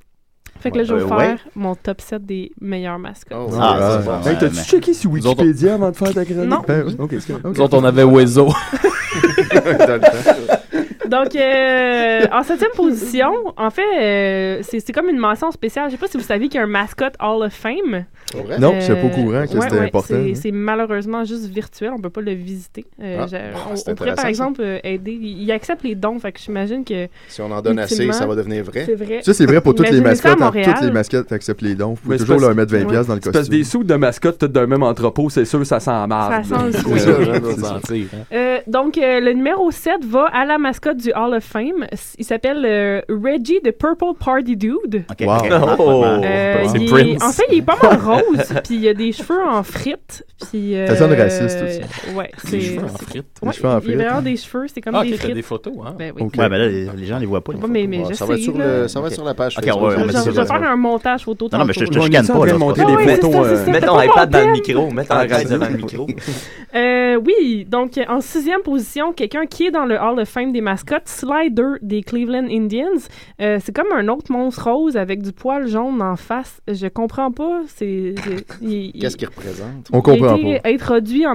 Speaker 7: Fait que là, je vais
Speaker 4: Euh,
Speaker 7: vous faire
Speaker 4: ouais.
Speaker 7: mon top 7 des meilleures mascottes.
Speaker 9: Oh,
Speaker 4: Ah,
Speaker 9: ouais.
Speaker 4: ça, c'est bon.
Speaker 6: Hey, t'as-tu
Speaker 4: mais-
Speaker 6: checké sur
Speaker 8: Nous autres,
Speaker 6: Wikipédia avant de faire ta chronique?
Speaker 7: Non.
Speaker 5: Ben, ok, c'est
Speaker 8: Nous autres, on avait
Speaker 4: *laughs*
Speaker 8: Wezo.
Speaker 7: Donc, euh, en septième position, en fait, euh, c'est c'est comme une mention spéciale. Je sais pas si vous savez qu'il y a un mascotte Hall of Fame.
Speaker 9: Pour vrai?
Speaker 5: Non, je suis
Speaker 7: Euh,
Speaker 5: pas au courant que
Speaker 7: ouais,
Speaker 5: c'était
Speaker 7: ouais,
Speaker 5: important.
Speaker 7: c'est-
Speaker 5: hein.
Speaker 7: C'est malheureusement juste virtuel, on peut pas le visiter. Euh,
Speaker 9: Ah,
Speaker 7: j'ai-
Speaker 9: ah,
Speaker 7: on-
Speaker 9: c'est
Speaker 7: on, pourrait
Speaker 9: intéressant,
Speaker 7: par
Speaker 9: ça.
Speaker 7: exemple euh, aider. Il il accepte les dons, fait que j'imagine que
Speaker 9: Si on en donne assez,
Speaker 7: Ultimement,
Speaker 9: ça va devenir vrai.
Speaker 7: c'est vrai.
Speaker 5: Ça, c'est vrai pour toutes les
Speaker 7: Imaginez ça à
Speaker 5: mascottes. hein.
Speaker 7: Montréal.
Speaker 5: Toutes les mascottes acceptent les dons. Vous
Speaker 6: Mais
Speaker 5: pouvez
Speaker 6: c'est
Speaker 5: toujours
Speaker 6: parce
Speaker 5: leur mettre 20$
Speaker 7: Ouais.
Speaker 5: piastres dans le
Speaker 6: C'est parce que
Speaker 5: costume.
Speaker 6: des sous de mascottes toutes d'un même entrepôt, c'est sûr, ça sent
Speaker 7: ça
Speaker 6: mal.
Speaker 7: sent le
Speaker 9: Oui,
Speaker 7: squid.
Speaker 9: ça,
Speaker 8: Ouais,
Speaker 9: je
Speaker 8: c'est
Speaker 9: sais.
Speaker 8: ça.
Speaker 7: Euh, donc, euh, le numéro 7 va à la mascotte du Hall of Fame. S- Il s'appelle euh, Reggie the Purple Party Dude.
Speaker 4: Ok,
Speaker 5: Wow.
Speaker 4: ok.
Speaker 10: Oh.
Speaker 7: Euh,
Speaker 8: c'est
Speaker 7: il-
Speaker 8: Prince.
Speaker 7: En fait, il est pas mal rose, *laughs* puis il a des cheveux en frites. Puis, euh,
Speaker 5: Ça sonne raciste aussi.
Speaker 7: Ouais,
Speaker 8: Des
Speaker 7: c'est.
Speaker 8: cheveux en frites.
Speaker 7: Ouais,
Speaker 5: cheveux en
Speaker 7: Il
Speaker 5: frites.
Speaker 7: a vraiment des cheveux, c'est comme
Speaker 8: Ah,
Speaker 7: des
Speaker 8: ok, t'as
Speaker 7: frites.
Speaker 8: des photos, hein?
Speaker 7: Ben oui.
Speaker 5: Ok.
Speaker 4: Ouais, ben là, les, les gens les voient pas. les
Speaker 7: Ouais,
Speaker 4: photos.
Speaker 7: mais, mais
Speaker 9: Bon,
Speaker 7: je
Speaker 9: ça
Speaker 7: sais,
Speaker 9: va être sur
Speaker 7: là.
Speaker 9: le- ça va être sur la page
Speaker 4: Ok,
Speaker 9: Facebook.
Speaker 4: ouais,
Speaker 7: Je-
Speaker 4: on
Speaker 7: je-
Speaker 4: va mettre
Speaker 7: Je
Speaker 4: sur
Speaker 7: vais
Speaker 4: le-
Speaker 7: faire un montage photo.
Speaker 4: Non, non, mais je te
Speaker 7: tantôt.
Speaker 4: je te
Speaker 6: On est
Speaker 4: canne
Speaker 6: en
Speaker 4: pas. là,
Speaker 6: train de
Speaker 4: c'est pas
Speaker 6: monter
Speaker 7: les
Speaker 4: ça.
Speaker 6: les
Speaker 7: Ouais, Ah c'est
Speaker 6: photos.
Speaker 7: ça,
Speaker 6: euh,
Speaker 7: c'est
Speaker 10: Mets
Speaker 7: Fais
Speaker 10: ton
Speaker 7: pas
Speaker 10: iPad dans le
Speaker 7: mon
Speaker 10: micro. Mets ton
Speaker 6: Ah,
Speaker 10: iPad
Speaker 6: radio.
Speaker 10: devant
Speaker 7: *laughs*
Speaker 10: le micro.
Speaker 7: Euh, oui, donc euh, en sixième position, quelqu'un qui est dans le Hall of Fame des mascottes, Slider des Cleveland Indians. Euh, c'est comme un autre monstre rose avec du poil jaune en face. Je comprends pas. C'est, c'est- il- il-
Speaker 9: Qu'est-ce qu'il représente?
Speaker 5: On comprend
Speaker 7: il a
Speaker 5: pas.
Speaker 7: été introduit en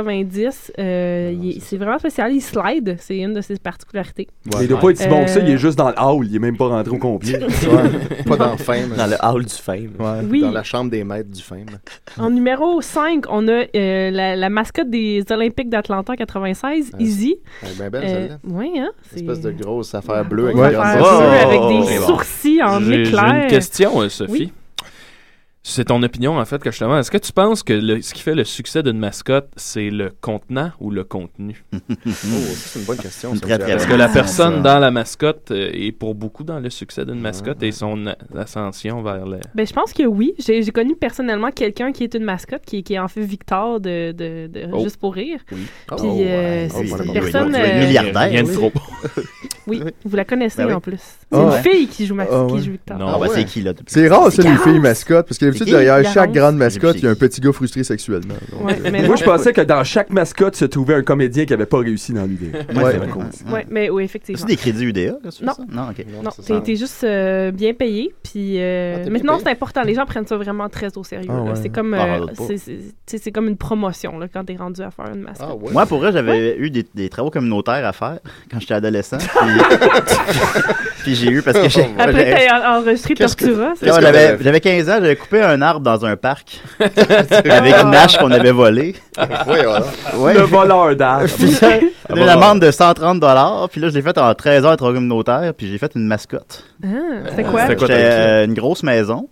Speaker 7: 1990. Euh, il est- c'est vraiment spécial. Il slide, c'est une de ses particularités.
Speaker 6: Mais il doit pas être si bon que ça,
Speaker 7: Euh,
Speaker 6: il est juste dans le hall, il est même pas rentré au complet.
Speaker 9: Ouais. Pas dans le fame.
Speaker 10: Dans le hall du fame.
Speaker 5: Ouais.
Speaker 7: Oui.
Speaker 9: Dans la chambre des maîtres du fame.
Speaker 7: En numéro 5, on a euh, la, la mascotte des Olympiques d'Atlanta en 96,
Speaker 9: Ah,
Speaker 7: Easy.
Speaker 9: Elle est bien belle,
Speaker 7: Euh,
Speaker 9: celle-là.
Speaker 7: oui, hein?
Speaker 9: Une espèce de
Speaker 7: c'est-
Speaker 9: grosse affaire bleue avec
Speaker 7: Ouais,
Speaker 9: des
Speaker 7: affaire
Speaker 9: grandes
Speaker 7: bleue
Speaker 9: oreilles.
Speaker 7: avec
Speaker 10: Oh,
Speaker 7: des
Speaker 10: c'est bon.
Speaker 7: sourcils en
Speaker 8: J'ai j'ai
Speaker 7: éclair.
Speaker 8: une question, euh, Sophie.
Speaker 7: Oui.
Speaker 8: C'est ton opinion, en fait, que je te demande. Est-ce que tu penses que le- ce qui fait le succès d'une mascotte, c'est le contenant ou le contenu?
Speaker 9: Oh, ça, c'est une bonne question.
Speaker 4: Une
Speaker 9: ça,
Speaker 4: très,
Speaker 9: vous
Speaker 4: très
Speaker 9: avez-
Speaker 8: Parce que
Speaker 7: Ah,
Speaker 8: la personne dans la mascotte euh, est pour beaucoup dans le succès
Speaker 10: Ah,
Speaker 8: d'une mascotte et son a- ascension vers le...
Speaker 7: Ben, je pense que oui. J'ai j'ai connu personnellement quelqu'un qui est une mascotte, qui, qui est en fait Victor de, de, de
Speaker 8: Oh.
Speaker 7: Juste pour rire.
Speaker 9: Oh,
Speaker 7: Puis,
Speaker 9: ouais.
Speaker 7: euh,
Speaker 9: Oh,
Speaker 7: c'est
Speaker 9: voilà,
Speaker 7: une
Speaker 9: bon, bon,
Speaker 7: personne,
Speaker 4: Tu vas être
Speaker 7: euh,
Speaker 4: milliardaire.
Speaker 8: Rien de
Speaker 4: oui.
Speaker 8: trop.
Speaker 7: Oui, vous la connaissez
Speaker 4: Ben oui.
Speaker 7: en plus. C'est
Speaker 5: Ah
Speaker 7: une
Speaker 5: ouais.
Speaker 7: fille qui joue, ma-
Speaker 5: Ah
Speaker 7: qui
Speaker 5: ouais.
Speaker 7: joue Victor.
Speaker 8: Non.
Speaker 4: Ah, bah,
Speaker 9: ouais.
Speaker 4: c'est qui, là?
Speaker 5: C'est rare, ça, les
Speaker 7: Cass.
Speaker 5: filles mascottes, parce que les D'habitude,
Speaker 6: Des
Speaker 5: derrière
Speaker 6: hilarants.
Speaker 5: chaque grande mascotte, il y a un petit gars frustré sexuellement. Donc,
Speaker 7: Ouais,
Speaker 5: euh,
Speaker 7: mais
Speaker 6: Moi, je pensais que dans chaque mascotte se trouvait un comédien qui avait pas réussi dans l'idée.
Speaker 4: Ouais, c'est vrai.
Speaker 7: Oui, mais oui, effectivement.
Speaker 4: C'est des crédits UDA, là, sur
Speaker 7: Non.
Speaker 4: ça? Non, ok.
Speaker 7: Non, t'es t'es juste euh, bien payé. Puis euh,
Speaker 4: t'es bien
Speaker 7: maintenant,
Speaker 4: payé.
Speaker 7: c'est important. Les gens prennent ça vraiment très au sérieux.
Speaker 4: Ah
Speaker 7: là.
Speaker 4: ouais.
Speaker 7: C'est comme,
Speaker 4: Ah,
Speaker 7: euh,
Speaker 4: doute pas.
Speaker 7: c'est- c'est- tu sais, c'est comme une promotion là, quand t'es rendu à faire une mascotte.
Speaker 9: Ah
Speaker 4: Moi, pour vrai, j'avais eu des, des travaux communautaires à faire *laughs* quand j'étais
Speaker 7: *laughs*
Speaker 4: adolescent. Puis, puis j'ai eu parce que j'ai.
Speaker 7: Après,
Speaker 4: j'avais-
Speaker 7: t'as Ah, en- enregistré
Speaker 4: Qu'est-ce que-
Speaker 7: Tortura. c'est
Speaker 4: Non,
Speaker 7: ça?
Speaker 4: j'avais- J'avais 15 ans, j'avais coupé un arbre dans
Speaker 7: *laughs*
Speaker 4: un parc avec une hache qu'on avait volée.
Speaker 9: Ah,
Speaker 4: Ouais.
Speaker 6: Le voleur
Speaker 4: *laughs*
Speaker 6: d'art.
Speaker 4: Puis ça,
Speaker 6: Ah
Speaker 4: on a eu une amende de 130 dollars. Puis là, je l'ai fait en 13 heures de travaux communautaires. Puis j'ai fait une mascotte.
Speaker 7: Ah, C'était quoi?
Speaker 4: C'était euh, une
Speaker 7: *laughs*
Speaker 4: grosse maison.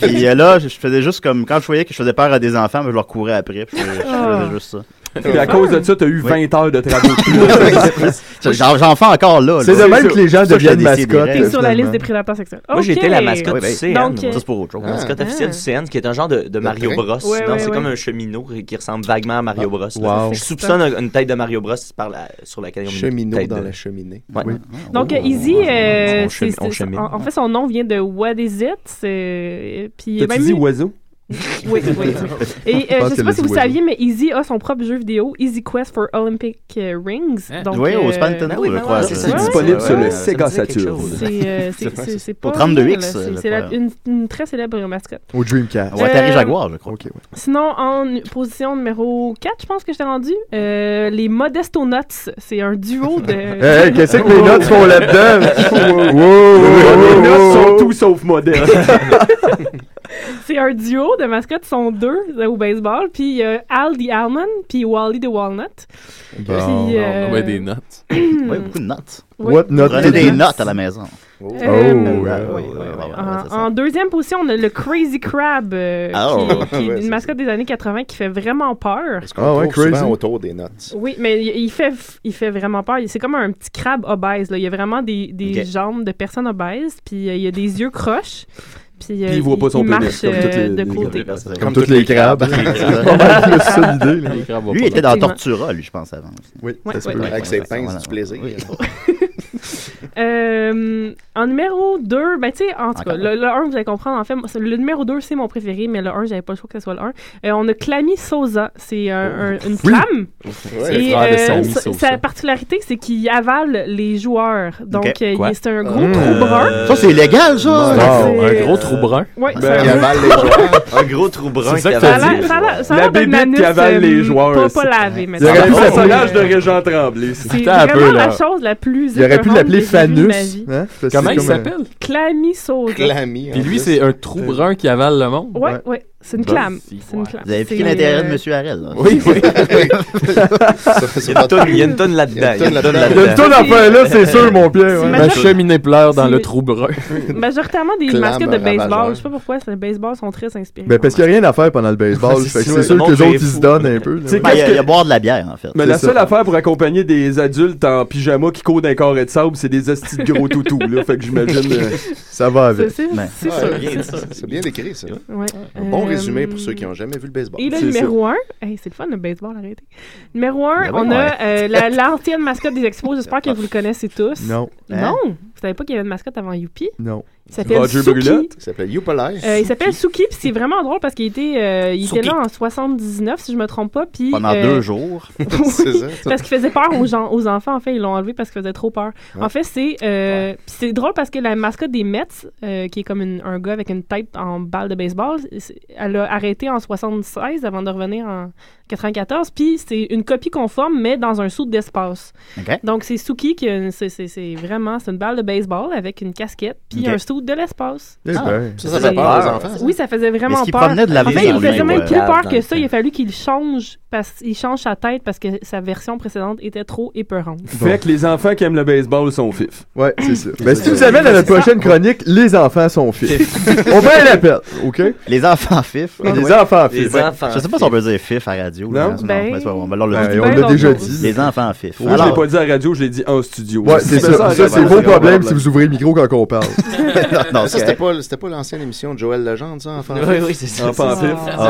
Speaker 4: puis euh, là, je je faisais juste comme quand je voyais que je faisais peur à des enfants, ben, je leur courais après. Puis je, je
Speaker 7: Ah.
Speaker 4: faisais juste ça.
Speaker 6: Puis à cause de ça, t'as eu 20 heures de travaux.
Speaker 4: *laughs* J'en j'en fais encore là.
Speaker 6: C'est
Speaker 4: là.
Speaker 6: de même que les gens
Speaker 4: Ça, je
Speaker 6: deviennent
Speaker 4: le déciderais.
Speaker 6: mascottes,
Speaker 7: T'es sur la liste des prédateurs sexuels.
Speaker 10: Moi, j'ai
Speaker 7: Ok.
Speaker 10: été la mascotte du CN.
Speaker 7: Donc,
Speaker 10: moi.
Speaker 7: euh,
Speaker 4: chose.
Speaker 10: La mascotte
Speaker 7: Ah.
Speaker 10: officielle du CN, qui est un genre de,
Speaker 9: Ah,
Speaker 10: de Mario
Speaker 7: train.
Speaker 10: Bros.
Speaker 7: Ouais,
Speaker 10: Non,
Speaker 7: ouais,
Speaker 10: c'est
Speaker 7: ouais.
Speaker 10: comme un cheminot qui ressemble vaguement à Mario
Speaker 7: Ah,
Speaker 10: Bros. là.
Speaker 9: wow.
Speaker 10: Je soupçonne une tête de Mario Bros par la- sur laquelle on met une
Speaker 9: Cheminot
Speaker 5: euh,
Speaker 10: tête
Speaker 9: dans
Speaker 10: de-
Speaker 9: la cheminée.
Speaker 4: ben,
Speaker 10: Ouais.
Speaker 9: Oui.
Speaker 7: Donc, euh,
Speaker 10: Oh.
Speaker 7: Easy, euh,
Speaker 10: On
Speaker 7: c'est-
Speaker 10: chemi- on
Speaker 7: c'est-
Speaker 10: chemine.
Speaker 7: en, en fait, son nom vient de What Is It? c'est- Puis, il a
Speaker 6: T'as-tu
Speaker 7: même
Speaker 6: dit
Speaker 7: eu-
Speaker 6: oiseau?
Speaker 7: Oui, oui. oui. Et
Speaker 6: Je
Speaker 7: euh,
Speaker 6: pense
Speaker 7: je sais
Speaker 6: qu'elle
Speaker 7: pas
Speaker 6: a
Speaker 7: si
Speaker 6: dit
Speaker 7: vous
Speaker 6: oiseau.
Speaker 7: saviez, mais Easy a son propre jeu vidéo, Easy Quest for Olympic euh, Rings. Donc,
Speaker 4: oui, au
Speaker 7: euh,
Speaker 4: Super Nintendo, je crois.
Speaker 6: ouais,
Speaker 4: ça.
Speaker 6: c'est disponible sur le Sega Saturn.
Speaker 7: C'est euh, c'est- c'est- c'est pas.
Speaker 4: Au 32X.
Speaker 7: mal,
Speaker 4: je
Speaker 7: C'est c'est la-
Speaker 4: crois.
Speaker 7: une, une très célèbre mascotte.
Speaker 5: Au Dreamcast.
Speaker 4: Ou Atari
Speaker 7: Euh,
Speaker 4: Jaguar, je crois.
Speaker 7: Sinon, en position numéro 4, je pense que je t'ai rendu, euh, les Modesto Nuts. C'est un duo de. *laughs*
Speaker 5: Hey, hey, qu'est-ce que mes notes font là-dedans?
Speaker 6: *laughs*
Speaker 5: Wow,
Speaker 6: Les
Speaker 5: wow,
Speaker 6: notes
Speaker 5: wow,
Speaker 6: sont
Speaker 5: wow.
Speaker 6: tout sauf modèles.
Speaker 7: C'est un duo de mascottes, ils sont deux euh, au baseball, puis il y a Al the Almond, puis Wally the Walnut.
Speaker 4: Bon.
Speaker 7: Puis, euh,
Speaker 4: Ouais,
Speaker 8: des notes.
Speaker 4: oui, beaucoup de notes.
Speaker 7: Ouais. What not
Speaker 4: Prenez
Speaker 7: to
Speaker 4: des
Speaker 7: do.
Speaker 4: notes à la maison.
Speaker 7: Oh,
Speaker 4: ouais,
Speaker 7: euh,
Speaker 4: ouais, ouais, ouais, ouais,
Speaker 7: En, en deuxième position, on a le Crazy Crab, euh,
Speaker 9: Oh.
Speaker 7: qui, qui
Speaker 9: Ouais,
Speaker 7: est
Speaker 9: c'est
Speaker 7: une mascotte des années 80 qui fait vraiment peur.
Speaker 9: Parce qu'on trouve souvent autour des notes.
Speaker 7: Oui, mais il il fait, f- il fait vraiment peur. Il- C'est comme un petit crabe obèse. Là. Il y a vraiment des, des
Speaker 9: Ok.
Speaker 7: jambes de personnes obèses, puis euh, il y a des yeux croches. Puis, euh,
Speaker 6: Puis il voit pas son pénis,
Speaker 7: marche
Speaker 6: comme
Speaker 7: euh,
Speaker 6: toutes les-
Speaker 7: de
Speaker 6: les-
Speaker 7: côté.
Speaker 6: Comme
Speaker 4: Comme
Speaker 6: toutes
Speaker 4: toutes les crabes.
Speaker 6: C'est pas mal plus ça l'idée, là. Les crabes vont
Speaker 4: Lui, il
Speaker 6: pas
Speaker 4: était
Speaker 6: loin.
Speaker 4: dans Tortura, lui, je pense, avant.
Speaker 5: Oui,
Speaker 7: Ouais, ça se ouais, peut. ouais,
Speaker 9: Avec ses pinces, du plaisir.
Speaker 7: Euh, en numéro 2, ben tu sais, en tout cas, le, 1, vous allez comprendre, en fait, moi, c'est- le numéro 2, c'est mon préféré, mais le 1, j'avais pas le choix que ce soit le 1. on a Clamy Sosa, c'est un- un- une clame.
Speaker 12: C'est le frère de Sammy
Speaker 7: sa-
Speaker 12: Sosa.
Speaker 7: sa particularité, c'est qu'il avale les joueurs. Donc,
Speaker 4: Ok.
Speaker 7: euh,
Speaker 4: Quoi?
Speaker 7: il- c'est un gros
Speaker 4: Mmh.
Speaker 7: trou brun.
Speaker 4: Ça, c'est illégal, ça!
Speaker 7: Wow,
Speaker 8: Euh, Oh, un gros trou brun.
Speaker 7: Ouais,
Speaker 4: Ben,
Speaker 7: c'est
Speaker 4: il
Speaker 7: un-
Speaker 4: avale les
Speaker 10: Un gros trou brun.
Speaker 8: C'est ça
Speaker 10: qui
Speaker 8: que
Speaker 7: Ça
Speaker 8: t'as
Speaker 7: a
Speaker 8: dit.
Speaker 7: l'air- ça a l'air- ça a
Speaker 6: La
Speaker 7: l'air d'un
Speaker 6: bébite qui
Speaker 7: anus,
Speaker 6: avale
Speaker 7: euh,
Speaker 6: les joueurs.
Speaker 7: Pas, pas
Speaker 6: c'est-
Speaker 7: lavé, mais
Speaker 6: Il aurait
Speaker 7: ça-
Speaker 6: pu
Speaker 7: Ah, ouais.
Speaker 6: personnage de Régent Tremblay. ça.
Speaker 7: C'est vraiment la chose la plus
Speaker 5: Il aurait pu
Speaker 7: épeurante
Speaker 5: l'appeler
Speaker 7: que j'ai vue de ma
Speaker 5: Fanus,
Speaker 7: vie.
Speaker 5: hein, parce que
Speaker 8: Comment
Speaker 5: c'est
Speaker 8: il
Speaker 5: comme un-
Speaker 8: s'appelle?
Speaker 7: Clamy Sosa.
Speaker 8: Puis lui,
Speaker 9: *laughs*
Speaker 8: c'est un trou brun qui avale le monde.
Speaker 7: Ouais, ouais, c'est une
Speaker 8: Bon,
Speaker 7: clame.
Speaker 8: si,
Speaker 7: C'est une clame.
Speaker 4: Vous avez piqué
Speaker 7: C'est,
Speaker 4: l'intérêt de
Speaker 7: euh,
Speaker 4: M. Harel. là.
Speaker 8: Oui, oui.
Speaker 5: *laughs*
Speaker 10: Il y a une tonne- il y a une tonne là-dedans.
Speaker 4: Il y a une tonne
Speaker 5: Il y a une tonne à faire là, c'est sûr, mon Pierre.
Speaker 7: C'est
Speaker 5: ouais.
Speaker 7: ma
Speaker 8: cheminée pleure dans
Speaker 7: C'est-
Speaker 8: le trou brun.
Speaker 7: Majoritairement des
Speaker 5: Clame
Speaker 7: mascottes de baseball.
Speaker 5: ravageur.
Speaker 7: Je sais pas pourquoi, c'est- le baseball sont très inspirés.
Speaker 5: Ben, parce qu'il n'y a rien à faire pendant le baseball.
Speaker 6: C'est
Speaker 5: fait que
Speaker 6: sûr,
Speaker 5: c'est sûr
Speaker 6: le
Speaker 5: que les
Speaker 6: monde
Speaker 5: autres,
Speaker 6: est
Speaker 5: ils se
Speaker 6: fou.
Speaker 5: donnent un peu. là.
Speaker 6: Tu sais,
Speaker 4: Ben,
Speaker 6: qu'est-ce
Speaker 4: il y a-
Speaker 6: que-
Speaker 4: il y a boire de la bière, en fait.
Speaker 6: Mais la
Speaker 4: C'est
Speaker 6: seule
Speaker 4: ça.
Speaker 6: affaire pour accompagner des adultes en pyjama qui courent d'un corps de sable, c'est des hosties de gros toutous, là. Fait que j'imagine. euh,
Speaker 5: *laughs* Ça va avec.
Speaker 7: C'est- c'est-
Speaker 5: Ben.
Speaker 7: c'est sûr,
Speaker 9: Ouais, bien
Speaker 7: c'est
Speaker 9: dit.
Speaker 7: sûr.
Speaker 9: C'est bien décrit, ça.
Speaker 7: Ouais.
Speaker 9: Ah, Un bon
Speaker 7: Euh,
Speaker 9: résumé pour ceux qui n'ont jamais vu le baseball.
Speaker 7: Et le numéro 1, c'est le fun le baseball, arrêtez. Numéro 1,
Speaker 9: Ben oui,
Speaker 7: on
Speaker 9: ouais.
Speaker 7: a euh, la- l'ancienne mascotte des Expos. J'espère
Speaker 9: Ah.
Speaker 7: que vous le connaissez tous.
Speaker 9: Non.
Speaker 7: Non. Vous savez pas qu'il y avait une mascotte avant Youpi?
Speaker 5: Non.
Speaker 7: Il s'appelle Roger Suki. Brulotte.
Speaker 9: Il s'appelle Youpolai.
Speaker 7: Euh, il
Speaker 5: *laughs*
Speaker 7: s'appelle Suki, puis c'est vraiment drôle parce qu'il était, euh, il était
Speaker 9: Suki.
Speaker 7: là en 79, si je me trompe pas. Puis,
Speaker 4: Pendant
Speaker 7: euh, *laughs*
Speaker 4: deux jours.
Speaker 9: C'est ça.
Speaker 7: parce qu'il faisait peur aux, gens, aux enfants. En fait, ils l'ont enlevé parce qu'il faisait trop peur.
Speaker 9: Ouais.
Speaker 7: En fait, c'est euh, puis c'est drôle parce que la mascotte des Mets, euh, qui est comme une- un gars avec une tête en balle de baseball, c'est- elle a arrêté en 76 avant de revenir en 94. Puis c'est une copie conforme, mais dans un saut d'espace.
Speaker 4: OK.
Speaker 7: Donc c'est Suki qui a une- c'est c'est- c'est vraiment c'est une balle de baseball avec une casquette puis
Speaker 4: OK.
Speaker 7: un saut de l'espace.
Speaker 4: Eh Ah, ben. ça, ça
Speaker 7: C'est-
Speaker 4: fait peur aux enfants, ça.
Speaker 7: Oui, ça faisait vraiment
Speaker 4: Est-ce qu'il
Speaker 7: peur.
Speaker 4: promenait de la
Speaker 7: en fait,
Speaker 4: vie
Speaker 7: il
Speaker 4: dans
Speaker 7: faisait
Speaker 4: le
Speaker 7: même
Speaker 4: même
Speaker 7: plus
Speaker 4: cadre
Speaker 7: peur
Speaker 4: dans
Speaker 7: que
Speaker 4: le
Speaker 7: ça. Il a fallu qu'il change parce qu'il change sa tête parce que sa version précédente était trop épeurante.
Speaker 6: Fait que les enfants qui aiment le baseball sont fifs.
Speaker 5: Ouais, c'est ça. Ben, si tu
Speaker 6: C'est
Speaker 5: nous
Speaker 6: ça.
Speaker 5: amènes à notre
Speaker 7: *laughs*
Speaker 5: prochaine chronique, les enfants sont fifs. On va l'appel, OK?
Speaker 4: Les enfants fifs.
Speaker 9: Ah
Speaker 5: Les
Speaker 4: Ouais.
Speaker 5: enfants fifs.
Speaker 4: Ouais.
Speaker 5: Les enfants
Speaker 4: Je sais pas si on peut dire fif à radio. là,
Speaker 6: Non?
Speaker 4: mais
Speaker 7: Ben-
Speaker 4: c'est pas bon. Ben, alors, le-
Speaker 5: Ben, on l'a Ben, déjà on- dit.
Speaker 4: Les enfants fifs.
Speaker 6: Moi, je l'ai pas dit à la radio, je l'ai dit en studio.
Speaker 5: Ouais, c'est
Speaker 6: Mais
Speaker 5: ça. Ça,
Speaker 6: arrête,
Speaker 5: c'est vos
Speaker 6: un
Speaker 9: *laughs*
Speaker 5: problèmes si vous ouvrez le micro quand on parle.
Speaker 9: non, non,
Speaker 4: c'est
Speaker 9: Euh, ça, c'était
Speaker 4: correct.
Speaker 9: pas, c'était pas l'ancienne émission de Joël Legendre, ça, enfant.
Speaker 5: Ah,
Speaker 4: Oui, oui, c'est ça,
Speaker 6: Enfant
Speaker 9: c'est
Speaker 6: pif.
Speaker 9: ça.
Speaker 6: Ah!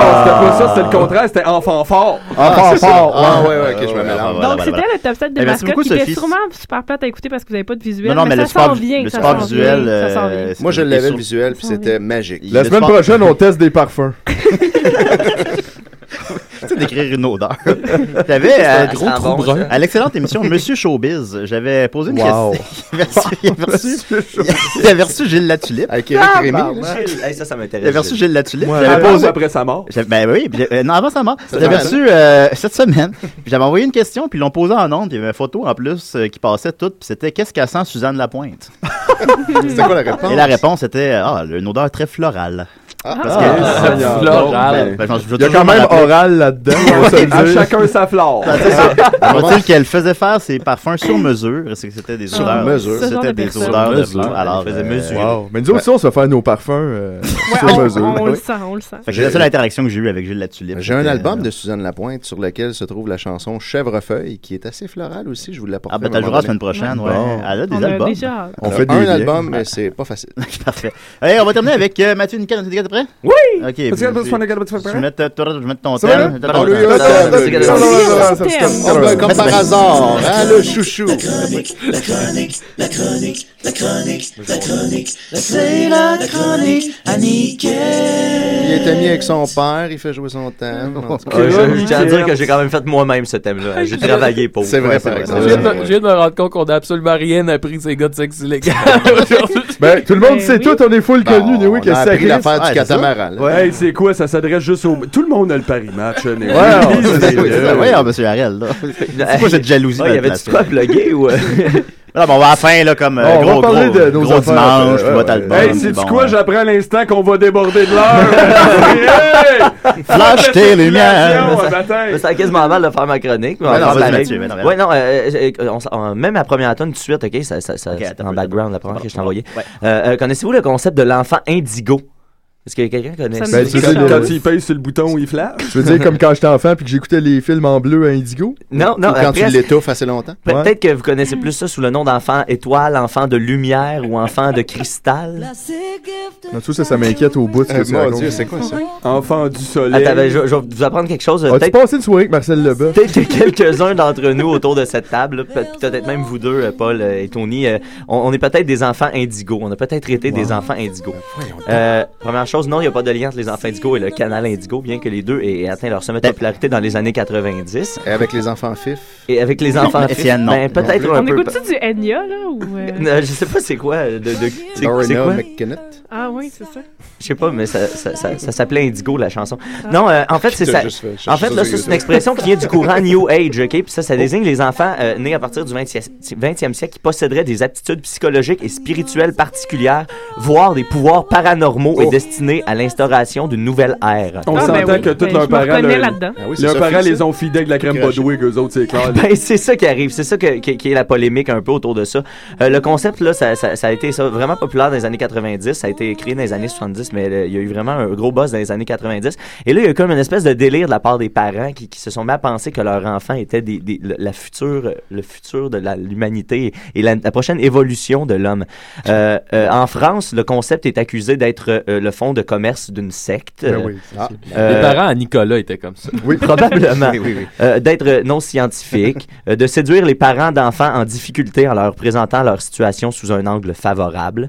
Speaker 6: Non, non, c'était pas ça, c'était le contraire, c'était enfant fort.
Speaker 9: Ah,
Speaker 6: Enfant
Speaker 9: c'est ça.
Speaker 6: fort.
Speaker 9: Ah, ouais, ouais, ok, je me mélange.
Speaker 6: voilà,
Speaker 7: Donc,
Speaker 6: voilà,
Speaker 7: c'était
Speaker 6: voilà.
Speaker 7: le top 7 des
Speaker 4: Eh, merci
Speaker 7: mascottes
Speaker 4: beaucoup,
Speaker 7: qui était
Speaker 4: Sophie.
Speaker 7: sûrement super plate à écouter parce que vous n'avez pas de visuel.
Speaker 4: Non, non, mais le
Speaker 7: ça s'en
Speaker 4: sport-
Speaker 7: vient.
Speaker 4: le
Speaker 7: ça
Speaker 4: sport
Speaker 7: s'en
Speaker 4: visuel,
Speaker 7: vient, ça s'en
Speaker 4: euh,
Speaker 7: vient.
Speaker 4: c'est-
Speaker 9: Moi, je
Speaker 4: les
Speaker 9: l'avais le
Speaker 4: sous-
Speaker 9: visuel,
Speaker 7: Ah,
Speaker 9: puis c'était magique.
Speaker 5: La semaine prochaine, on teste des parfums.
Speaker 4: Tu sais, décrire une *laughs* odeur.
Speaker 10: C'est
Speaker 4: J'avais
Speaker 10: un
Speaker 4: euh,
Speaker 10: gros Ça sent trou bon, brun. ça.
Speaker 4: À l'excellente émission Monsieur Showbiz, j'avais posé une
Speaker 10: Wow.
Speaker 4: question. *laughs* Il avait reçu- il avait reçu- il avait reçu Gilles Latulippe. Avec
Speaker 10: Eric Ah, Rémy, bah, là. ouais. Hey, ça, ça m'intéresse,
Speaker 4: Il avait reçu
Speaker 10: Gilles.
Speaker 4: Gilles Latulippe.
Speaker 10: Ouais,
Speaker 4: J'avais
Speaker 10: avant
Speaker 4: posé-
Speaker 10: ou
Speaker 6: après sa mort?
Speaker 4: J'avais- Ben oui, puis j'ai- euh, non, avant sa mort.
Speaker 10: Cette
Speaker 4: J'avais
Speaker 10: semaine.
Speaker 4: reçu euh, cette semaine, puis j'avais envoyé une question, puis ils l'ont posée en ondes, puis il y avait une photo en plus euh, qui passait toute, puis c'était Qu'est-ce qu'elle sent Suzanne Lapointe
Speaker 9: C'était quoi la réponse?
Speaker 4: Et la réponse était Ah, une odeur très florale.
Speaker 9: Ah.
Speaker 4: Parce
Speaker 9: Ah,
Speaker 4: que-
Speaker 9: Seigneur.
Speaker 4: florale.
Speaker 9: Bon, ben,
Speaker 4: je- je- je-
Speaker 5: Il y a quand
Speaker 4: je-
Speaker 5: même
Speaker 4: je-
Speaker 9: *laughs*
Speaker 5: oral là-dedans. on va se le
Speaker 4: À
Speaker 5: dire.
Speaker 4: chacun
Speaker 6: sa flore.
Speaker 4: Avant-il qu'elle faisait faire ses parfums sur mesure, c'est que c'était des
Speaker 9: Sur
Speaker 4: odeurs.
Speaker 9: mesure. Ce genre
Speaker 4: C'était
Speaker 9: de
Speaker 4: des
Speaker 9: personne.
Speaker 4: odeurs de
Speaker 9: Mesure.
Speaker 4: fleurs. Alors,
Speaker 9: Elle faisait
Speaker 4: euh,
Speaker 9: mesurer.
Speaker 4: wow.
Speaker 5: Mais nous aussi, on se fait faire nos parfums euh, sur
Speaker 7: on-
Speaker 5: mesure.
Speaker 7: on le
Speaker 5: Oui.
Speaker 7: sent, on le sent.
Speaker 4: Fait que c'est la seule interaction que j'ai eue avec Gilles Latulippe. euh,
Speaker 9: J'ai un
Speaker 4: C'était-
Speaker 9: album de Suzanne Lapointe sur lequel se trouve la chanson Chèvrefeuille, qui est assez florale aussi. Je vous l'apporte.
Speaker 4: Ah, ben, t'as le droit la semaine prochaine, ouais. Elle a des albums.
Speaker 9: On fait un album, mais c'est pas facile.
Speaker 4: *laughs* Parfait. Allez, on va terminer avec euh, Mathieu Nicolas. Tu es prêt? Oui! Ok.
Speaker 9: Est-ce que tu
Speaker 4: vas mettre euh, ton
Speaker 9: Ça va, là?
Speaker 4: thème.
Speaker 9: Parle-lui au thème. Ah, ben, comme par hasard, hein, le chouchou.
Speaker 12: La chronique, la chronique, la chronique, la chronique, c'est la chronique à Nickel.
Speaker 9: Il est ami avec son père, il fait jouer son thème. En tout cas,
Speaker 10: Ouais,
Speaker 9: je-
Speaker 10: je- je tiens à dire que
Speaker 8: *laughs*
Speaker 10: j'ai quand même fait moi-même ce thème-là. J'ai travaillé pour.
Speaker 9: C'est vrai, par
Speaker 8: Je
Speaker 9: exemple.
Speaker 8: viens, de, me- je viens de me rendre compte qu'on a absolument rien appris de ces gars de sexe illégal aujourd'hui.
Speaker 5: Ben, tout le monde sait tout, on est full
Speaker 8: Bon,
Speaker 5: connu, Néo,
Speaker 8: on
Speaker 5: qu'est-ce
Speaker 8: a
Speaker 5: que ça
Speaker 8: appris
Speaker 5: risque?
Speaker 8: l'affaire du
Speaker 5: Ouais, c'est ça.
Speaker 8: catamaran, là.
Speaker 6: Ouais, hey, c'est quoi, ça s'adresse juste au. Tout le monde a le Paris Match, euh, Néo. *laughs*
Speaker 4: Ouais,
Speaker 6: Lisez-le.
Speaker 5: ah,
Speaker 4: ouais, monsieur Harel, là. C'est quoi cette jalousie?
Speaker 6: Ouais,
Speaker 4: dans
Speaker 6: Ah, y
Speaker 4: le
Speaker 6: avait-tu
Speaker 4: plastique?
Speaker 6: quoi à plugger
Speaker 4: *laughs*
Speaker 6: ou, euh?
Speaker 4: Là, ben, on va à la fin, là, comme euh,
Speaker 6: Bon, on va
Speaker 4: gros,
Speaker 6: parler
Speaker 4: gros,
Speaker 6: de nos
Speaker 4: gros
Speaker 6: affaires,
Speaker 4: dimanche,
Speaker 6: euh,
Speaker 4: puis votre album.
Speaker 6: Hey, c'est
Speaker 4: bon,
Speaker 6: quoi,
Speaker 4: euh,
Speaker 6: j'apprends à l'instant qu'on va déborder de l'heure. *laughs* hey!
Speaker 4: Flash tes lumières.
Speaker 10: Ça sent quasiment mal de faire ma chronique. mais on
Speaker 4: Ouais, non,
Speaker 10: va
Speaker 4: vas-y,
Speaker 10: faire
Speaker 4: Mathieu,
Speaker 10: pareil.
Speaker 4: mais non, mais
Speaker 10: Ouais, non, euh, euh, euh, on s- on- même la première tonne, tout de suite, OK? Ça, ça, ça- c'est en background, la première que je t'ai envoyée. Euh, euh, Connaissez-vous le concept de l'enfant indigo? Est-ce que quelqu'un connaît
Speaker 6: Ben, tu veux dire, quand il paye sur le bouton, il flash.
Speaker 5: Tu veux dire comme quand j'étais enfant puis que j'écoutais les films en bleu à Indigo?
Speaker 10: Non,
Speaker 5: Ou
Speaker 10: non, euh,
Speaker 5: quand tu
Speaker 10: presque.
Speaker 5: l'étouffes assez longtemps?
Speaker 10: Pe- Peut-être que vous connaissez plus ça sous le nom d'enfant étoile, enfant de lumière ou enfant de cristal.
Speaker 5: Non, tout ça, ça m'inquiète au bout. ce
Speaker 4: Euh,
Speaker 5: que tu racontes.
Speaker 6: Enfant du soleil.
Speaker 10: Attends, ben, je, je vais vous apprendre quelque chose. euh,
Speaker 5: As-tu
Speaker 10: Peut-être
Speaker 5: passé une soirée avec Marcel Lebas?
Speaker 10: peut-être que quelques-uns d'entre nous autour de cette table, là, peut- peut-être même vous deux, euh, Paul euh, et Tony, euh, on, on est peut-être des enfants indigos. On a peut-être été des enfants indigos. Euh, première chose, non, il n'y a pas de lien entre les enfants indigos et le canal indigo, bien que les deux aient atteint leur sommet de popularité dans les années 90.
Speaker 9: Et avec les enfants fifs.
Speaker 10: Et avec les
Speaker 9: Non,
Speaker 4: *laughs*
Speaker 10: enfants fifs,
Speaker 9: Étienne, non.
Speaker 10: ben, peut-être
Speaker 9: Non
Speaker 10: un
Speaker 7: On
Speaker 10: peu.
Speaker 7: écoute-tu du Enya, là? ou, euh,
Speaker 10: Euh, Je sais pas c'est quoi. euh, De, de- c'est- c'est
Speaker 9: Lorena
Speaker 10: quoi?
Speaker 9: McKennett.
Speaker 7: Ah oui, c'est ça.
Speaker 10: Je sais pas, mais ça, ça, ça, ça s'appelait Indigo, la chanson. Non, euh, en fait, c'est
Speaker 9: T'as
Speaker 10: ça.
Speaker 9: juste fait chercher
Speaker 10: En fait,
Speaker 9: ça
Speaker 10: là,
Speaker 9: sur
Speaker 10: ça, c'est
Speaker 9: YouTube.
Speaker 10: une expression qui est du courant New Age, OK? Puis ça, ça désigne les enfants euh, nés à partir du 20e, 20e siècle qui posséderaient des aptitudes psychologiques et spirituelles particulières, voire des pouvoirs paranormaux
Speaker 5: Oh.
Speaker 10: et destinés à l'instauration d'une nouvelle ère.
Speaker 7: Ah, ben
Speaker 6: On s'entend que tous leurs parents. leur- Leurs parents les ont fidèles de la crème
Speaker 10: Craché.
Speaker 6: Bodwig, eux autres, c'est clair.
Speaker 10: Ben, c'est ça qui arrive, c'est ça que- que- qui est la polémique un peu autour de ça. Euh, le concept, là, ça, ça- ça a été ça, vraiment populaire dans les années 90, ça a été écrit dans les années 70, mais euh, il y a eu vraiment un gros buzz dans les années 90. Et là, il y a eu comme une espèce de délire de la part des parents qui, qui se sont mis à penser que leur enfant était des, des- le- la future, le futur de la- l'humanité et la, la prochaine évolution de l'homme. Euh, euh, en France, le concept est accusé d'être euh, le fonds de commerce d'une secte.
Speaker 5: Ah
Speaker 8: Ben oui,
Speaker 10: Euh,
Speaker 8: c'est ça. Les parents à Nicolas étaient comme ça.
Speaker 10: oui, probablement.
Speaker 9: *laughs*
Speaker 8: Oui, oui, oui.
Speaker 10: Euh, D'être euh, non scientifique, euh, de séduire les parents d'enfants en difficulté en leur présentant leur situation sous un angle favorable.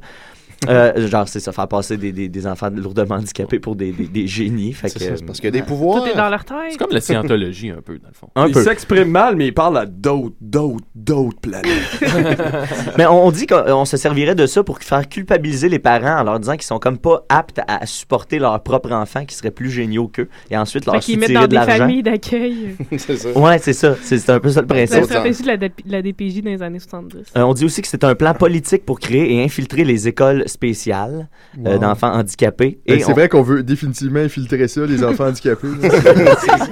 Speaker 10: Euh, genre, c'est ça, faire passer des, des, des enfants lourdement handicapés pour des, des, des génies. Fait que,
Speaker 9: parce qu'il y a des pouvoirs.
Speaker 7: Tout est dans leur tête. C'est
Speaker 8: comme la scientologie, un peu, dans le fond.
Speaker 10: Un
Speaker 6: Ils
Speaker 10: peu.
Speaker 6: s'expriment mal, mais ils parlent à d'autres, d'autres, d'autres planètes.
Speaker 10: Mais on on dit qu'on on se servirait de ça pour faire culpabiliser les parents en leur disant qu'ils sont comme pas aptes à supporter leur propre enfant qui serait plus géniaux qu'eux et
Speaker 7: *laughs*
Speaker 10: ensuite
Speaker 7: Fait
Speaker 10: leur
Speaker 7: qu'ils mettent dans
Speaker 10: soutirer de
Speaker 7: des
Speaker 10: l'argent.
Speaker 7: familles
Speaker 10: *laughs*
Speaker 7: d'accueil.
Speaker 9: c'est ça.
Speaker 10: Ouais, c'est ça. C'est c'est un peu ça euh, le
Speaker 7: C'est la
Speaker 10: principe.
Speaker 7: stratégie de la, DP la DPJ dans les années 70.
Speaker 10: Ah, Euh, on dit aussi que c'est un plan politique pour créer et infiltrer les écoles spécial euh,
Speaker 5: Wow.
Speaker 10: d'enfants handicapés.
Speaker 5: Ben, c'est
Speaker 10: on-
Speaker 5: vrai qu'on veut définitivement infiltrer ça, les
Speaker 10: *laughs*
Speaker 5: enfants handicapés.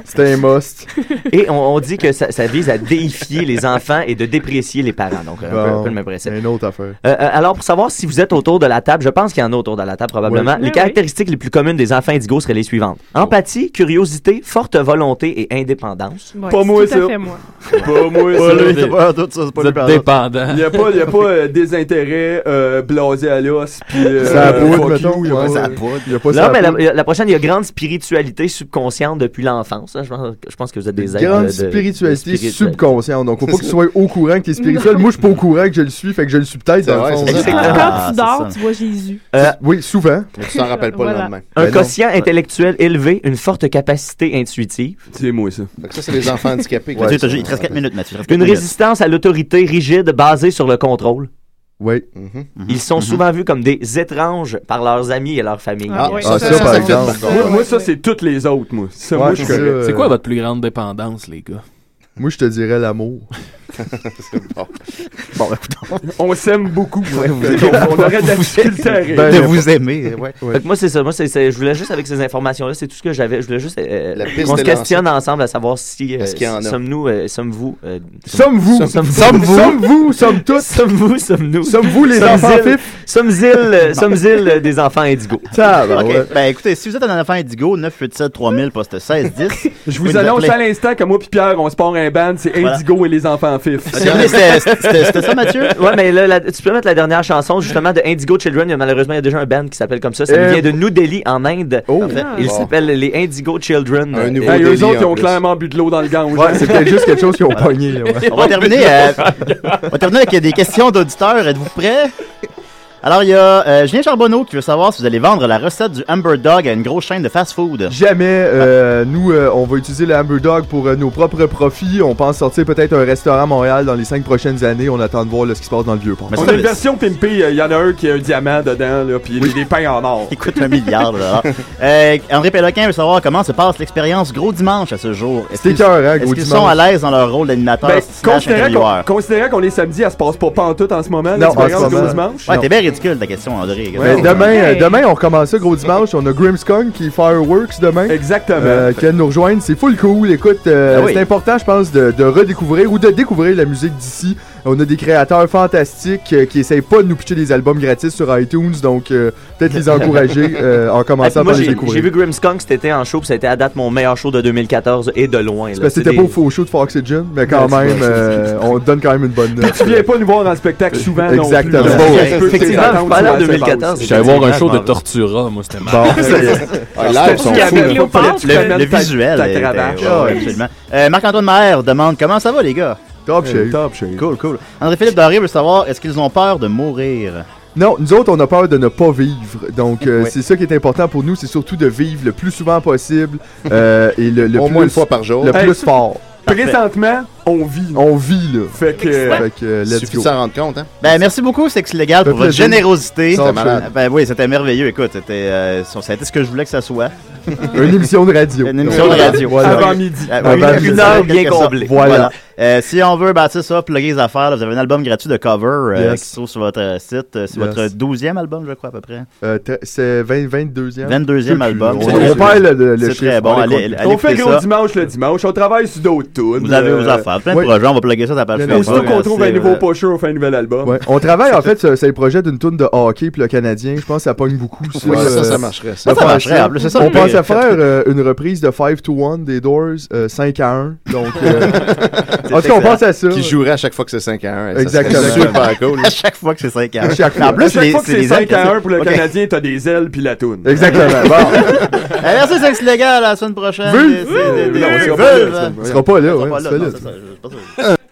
Speaker 5: C'était un must.
Speaker 10: Et on, on dit que ça, ça vise à déifier les enfants et de déprécier les parents. Donc, un, peu, un
Speaker 5: Bon,
Speaker 10: peu le même principe.
Speaker 5: Une autre affaire.
Speaker 10: Euh, euh, alors, pour savoir si vous êtes autour de la table, je pense qu'il y en a autour de la table probablement.
Speaker 7: Ah
Speaker 5: Oui.
Speaker 10: Les
Speaker 5: Oui,
Speaker 10: caractéristiques les plus communes des enfants indigos seraient les suivantes empathie, curiosité, forte volonté et indépendance.
Speaker 7: Ouais,
Speaker 6: Pas
Speaker 7: c'est
Speaker 6: moi,
Speaker 7: tout
Speaker 6: ça.
Speaker 7: à fait moi.
Speaker 6: Pas moi,
Speaker 10: Pas
Speaker 6: ça.
Speaker 10: lui,
Speaker 6: Des-
Speaker 10: c'est pas un doute, ça, c'est pas
Speaker 6: Vous
Speaker 10: lui,
Speaker 6: êtes
Speaker 10: par
Speaker 8: dépendant.
Speaker 6: Il n'y a pas, il y a pas euh, désintérêt euh, blasé à l'os. puis, Euh,
Speaker 5: Ça poudre,
Speaker 6: fuck
Speaker 5: mettons,
Speaker 6: you, il y a
Speaker 5: ouais,
Speaker 6: pas-
Speaker 5: ça poudre. Il y a pas
Speaker 10: Non,
Speaker 5: ça
Speaker 10: mais
Speaker 5: à
Speaker 10: la,
Speaker 5: peu.
Speaker 10: la- la prochaine, il y a grande spiritualité subconsciente depuis l'enfance. hein. Je pense, je pense que vous êtes des êtres euh,
Speaker 5: Grande
Speaker 10: de- de-
Speaker 5: spiritualité
Speaker 10: de spiritualité.
Speaker 5: subconsciente. Donc, faut pas que tu sois au courant que
Speaker 7: *laughs*
Speaker 5: t'es spirituel. Moi, je suis pas au courant que je le suis, fait que je le suis peut-être
Speaker 10: C'est
Speaker 5: dans
Speaker 10: vrai,
Speaker 5: le fond.
Speaker 10: c'est Exactement. ça.
Speaker 7: Quand
Speaker 10: Ah,
Speaker 7: tu
Speaker 10: c'est
Speaker 7: dors,
Speaker 10: ça.
Speaker 7: tu vois Jésus.
Speaker 10: Euh,
Speaker 5: oui, souvent.
Speaker 9: Mais tu t'en rappelles pas le
Speaker 7: Voilà.
Speaker 9: lendemain.
Speaker 10: Un
Speaker 9: Ben non.
Speaker 10: quotient intellectuel élevé, une forte capacité intuitive.
Speaker 6: C'est moi, ça.
Speaker 9: Ça, c'est les enfants handicapés.
Speaker 4: Mathieu, t'as- il te reste 4 minutes, Mathieu. il te reste
Speaker 10: Une
Speaker 4: quatre minutes.
Speaker 10: résistance à l'autorité rigide basée sur le contrôle.
Speaker 5: Oui.
Speaker 8: Mhm.
Speaker 10: Ils sont souvent vus comme des étranges par leurs amis et leur famille.
Speaker 8: Ah, Ah,
Speaker 7: euh,
Speaker 8: oui. ah, ça, ça, par ça, exemple. ça,
Speaker 6: Moi,
Speaker 8: ouais,
Speaker 6: moi, ça, c'est toutes les autres, moi. Ça, moi, je suis correct.
Speaker 8: C'est quoi votre plus grande dépendance, les gars?
Speaker 5: Moi, je te dirais l'amour.
Speaker 9: bon.
Speaker 5: Bon,
Speaker 6: On s'aime beaucoup.
Speaker 5: vous-
Speaker 6: on on aurait de la
Speaker 5: vous-
Speaker 6: difficulté à rire.
Speaker 5: Ben,
Speaker 9: de vous aimer. *laughs* Ouais.
Speaker 10: Fait que moi, c'est ça. Moi, c'est, c'est- je voulais juste, avec ces informations-là, c'est tout ce que j'avais. Je voulais juste euh,
Speaker 9: La piste
Speaker 10: qu'on se
Speaker 9: est lancée.
Speaker 10: questionne ensemble à savoir si euh,
Speaker 9: Est-ce qu'il y en a?
Speaker 10: sommes-nous, euh, sommes-vous, euh,
Speaker 5: Sommes-vous.
Speaker 10: sommes-vous,
Speaker 5: Sommes-vous. Sommes-vous. Sommes tous.
Speaker 10: Sommes-vous, sommes-nous.
Speaker 5: Sommes-vous les enfants
Speaker 10: îles-
Speaker 5: fifs?
Speaker 10: Sommes-ils euh, sommes-ils, euh, des enfants indigos.
Speaker 5: Ça
Speaker 4: Ok, Ben écoutez, si vous êtes un enfant indigo, 987 3000 poste 16 10.
Speaker 6: *laughs* Je vous annonce à l'instant que moi puis Pierre, on se part un band, c'est
Speaker 4: Voilà.
Speaker 6: Indigo et les enfants fifs.
Speaker 10: Ouais, mais là, la- tu peux mettre la dernière chanson justement de Indigo Children. Il y a, malheureusement, il y a déjà un band qui s'appelle comme ça. Ça
Speaker 6: Euh,
Speaker 10: vient de New Delhi en Inde. Il
Speaker 6: Bon.
Speaker 10: s'appelle les Indigo Children.
Speaker 5: Euh,
Speaker 6: Hey,
Speaker 10: Et-
Speaker 6: eux autres, ils ont clairement bu de l'eau dans le gange.
Speaker 10: Ouais, c'est peut-être juste quelque chose qu'ils ont
Speaker 4: Voilà.
Speaker 10: pogné, là, ouais.
Speaker 4: On va terminer. euh, on va terminer avec des questions d'auditeurs. Êtes-vous prêts? Alors, il y a euh, Julien Charbonneau qui veut savoir si vous allez vendre la recette du Amber Dog à une grosse chaîne de fast-food.
Speaker 5: Jamais. euh, nous, euh, on va utiliser le Hamburg Dog pour euh, nos propres profits. On pense sortir peut-être un restaurant à Montréal dans les cinq prochaines années. On attend de voir là, ce qui se passe dans le vieux port.
Speaker 6: On a une version pimpée, euh, il y en a un qui a un diamant dedans, là, puis il est des pains en or.
Speaker 4: Écoute, un milliard de dollars. Euh, André Péloquin veut savoir comment se passe l'expérience Gros Dimanche à ce jour. Est-ce
Speaker 5: C'était
Speaker 4: qu'ils-
Speaker 5: cœur, hein, Gros
Speaker 4: Est-ce qu'ils
Speaker 5: Dimanche?
Speaker 4: sont à l'aise dans leur rôle d'animateur
Speaker 6: Ben,
Speaker 4: slash
Speaker 6: considérant
Speaker 4: intervieweur?
Speaker 6: qu'on- considérant qu'on est samedi, elle se passe pas pantoute en ce moment.
Speaker 5: Non, en ce
Speaker 6: l'expérience
Speaker 5: moment.
Speaker 6: Gros dimanche.
Speaker 4: Ouais,
Speaker 6: Non.
Speaker 4: t'es bien ridicule ta question, André.
Speaker 5: Mais demain, euh, demain, on recommence ça, gros dimanche. On a Grimmskong qui est Fireworks demain.
Speaker 6: Exactement.
Speaker 5: Euh, qui vient de nous rejoindre. C'est full cool. Écoute, euh,
Speaker 6: Ah oui.
Speaker 5: c'est important, je pense, de, de redécouvrir ou de découvrir la musique d'ici. On a des créateurs fantastiques euh, qui essayent pas de nous pitcher des albums gratis sur iTunes. Donc, euh, peut-être les
Speaker 6: *laughs*
Speaker 5: encourager euh, en
Speaker 10: Ah,
Speaker 5: commençant
Speaker 10: puis moi,
Speaker 5: par les
Speaker 10: j'ai-
Speaker 5: découvrir.
Speaker 10: J'ai vu Grimmskong cet été en show, puis ça a été à date mon meilleur show de 2014 et de loin. là.
Speaker 5: C'est parce que
Speaker 10: C'est
Speaker 5: c'était
Speaker 10: des-
Speaker 5: pas au faux show de Foxygen, mais quand
Speaker 10: Ouais, c'est
Speaker 5: même,
Speaker 10: vrai, c'est-
Speaker 5: euh, on donne quand même une bonne note.
Speaker 6: Tu viens pas nous voir en spectacle souvent, non plus.
Speaker 5: Exactement.
Speaker 6: Parce que tu peux
Speaker 5: Effectivement,
Speaker 6: t'attendre
Speaker 5: je suis pas là
Speaker 6: souvent
Speaker 5: en
Speaker 6: à cette
Speaker 5: 2014.
Speaker 6: base.
Speaker 8: J'allais voir un show de
Speaker 6: Effectivement,
Speaker 8: Tortura, moi, c'était
Speaker 5: marrant.
Speaker 4: Bon, ça y est. *laughs*
Speaker 8: Ah,
Speaker 4: Là,
Speaker 8: c'était
Speaker 4: ils sont
Speaker 8: Pierre
Speaker 4: fous.
Speaker 8: Cléopâtre,
Speaker 4: Le-
Speaker 8: tu
Speaker 4: le-
Speaker 8: ramènes
Speaker 4: le
Speaker 8: ta-
Speaker 4: visuel.
Speaker 8: ta
Speaker 4: était-
Speaker 8: cravache.
Speaker 4: ouais, ouais, absolument. Euh, Marc-Antoine Maher demande comment ça va, les gars?
Speaker 5: Top
Speaker 9: Euh,
Speaker 4: shape.
Speaker 5: top shape.
Speaker 4: Cool, cool. André-Philippe Doré veut savoir est-ce qu'ils ont peur de mourir?
Speaker 5: Non, nous autres, on a peur de ne pas vivre. Donc, euh,
Speaker 4: Ouais.
Speaker 5: c'est ça qui est important pour nous, c'est surtout de vivre le plus souvent possible euh, et le, le
Speaker 9: Au
Speaker 5: plus,
Speaker 9: moins une fois par jour.
Speaker 5: Le
Speaker 9: Hey.
Speaker 5: plus fort.
Speaker 6: Présentement, on vit.
Speaker 5: On vit, là.
Speaker 6: Fait que,
Speaker 5: fait que, euh, let's
Speaker 9: Suffit de
Speaker 5: go.
Speaker 9: s'en rendre compte, hein?
Speaker 4: Ben, merci beaucoup, Sexe Légal,
Speaker 9: Ça
Speaker 4: pour
Speaker 9: fait
Speaker 4: votre
Speaker 9: plaisir.
Speaker 4: générosité.
Speaker 9: C'était malade.
Speaker 4: Ben oui, c'était merveilleux. Écoute, c'était, euh, ça a été ce que je voulais que ça soit.
Speaker 5: Une émission de radio.
Speaker 4: Une émission de radio.
Speaker 5: Voilà.
Speaker 4: Voilà. Ah, oui,
Speaker 5: Avant midi.
Speaker 4: une heure bien comblée.
Speaker 5: Voilà.
Speaker 4: Euh, si on veut, ben, c'est ça, plugger les affaires. là, vous avez un album gratuit de cover euh,
Speaker 5: Yes.
Speaker 4: qui se trouve sur votre euh, site. euh, C'est
Speaker 5: Yes.
Speaker 4: votre 12e album, je crois, à peu près.
Speaker 5: Euh, t- c'est 20 22e.
Speaker 4: 22e album.
Speaker 5: On,
Speaker 4: C'est
Speaker 5: on
Speaker 4: très-
Speaker 5: perd le, le- le
Speaker 4: c'est
Speaker 5: chiffre.
Speaker 4: très bon.
Speaker 5: On
Speaker 4: Allez-
Speaker 5: l'écoute.
Speaker 4: allez
Speaker 6: On fait
Speaker 4: écouter
Speaker 6: gros
Speaker 4: ça.
Speaker 6: dimanches le dimanche, on travaille sur d'autres tunes.
Speaker 4: Vous avez vos
Speaker 6: euh,
Speaker 4: affaires. Plein de
Speaker 5: oui.
Speaker 4: projets. On va plugger ça sur la page
Speaker 5: Bien,
Speaker 4: Facebook.
Speaker 6: Aussitôt qu'on trouve un
Speaker 4: C'est,
Speaker 6: nouveau
Speaker 4: euh,
Speaker 6: pocher, on fait un nouvel album.
Speaker 5: Ouais, on travaille en fait sur, sur les projets d'une tourne de hockey puis le Canadien. Je pense que ça pogne beaucoup.
Speaker 9: Oui, ça,
Speaker 5: euh,
Speaker 9: ça marcherait, ça. Ça,
Speaker 5: le
Speaker 9: ça
Speaker 5: français.
Speaker 9: marcherait, en plus, c'est ça le
Speaker 5: on
Speaker 9: pire.
Speaker 5: pense à faire euh, une reprise de 5 to 1 des Doors, euh, 5 à 1. Donc,
Speaker 4: *laughs*
Speaker 5: euh, en tout cas, on pense à ça.
Speaker 9: Qui jouerait à chaque fois que c'est 5 à 1.
Speaker 5: Exactement.
Speaker 9: super
Speaker 5: *laughs*
Speaker 9: cool.
Speaker 4: À chaque fois que c'est 5 à 1.
Speaker 9: À chaque
Speaker 4: En
Speaker 9: fois.
Speaker 4: plus,
Speaker 6: Chaque
Speaker 4: les-
Speaker 6: fois que
Speaker 4: les
Speaker 6: c'est 5 à
Speaker 4: ailes-
Speaker 6: 1 pour le
Speaker 4: Ok.
Speaker 6: Canadien, t'as des ailes puis la toune.
Speaker 4: *laughs*
Speaker 5: Exactement.
Speaker 4: Euh, Merci, Sexe Légal. À la semaine prochaine.
Speaker 6: Vulve.
Speaker 4: C'est- c'est-
Speaker 6: Non, on sera
Speaker 4: c'est-
Speaker 6: pas là la
Speaker 4: Vulve.
Speaker 6: semaine prochaine.
Speaker 5: On sera pas là,
Speaker 4: On sera
Speaker 5: ouais,
Speaker 4: pas
Speaker 5: c'est
Speaker 4: là, non,
Speaker 5: là.
Speaker 4: c'est ça, je- je pense que-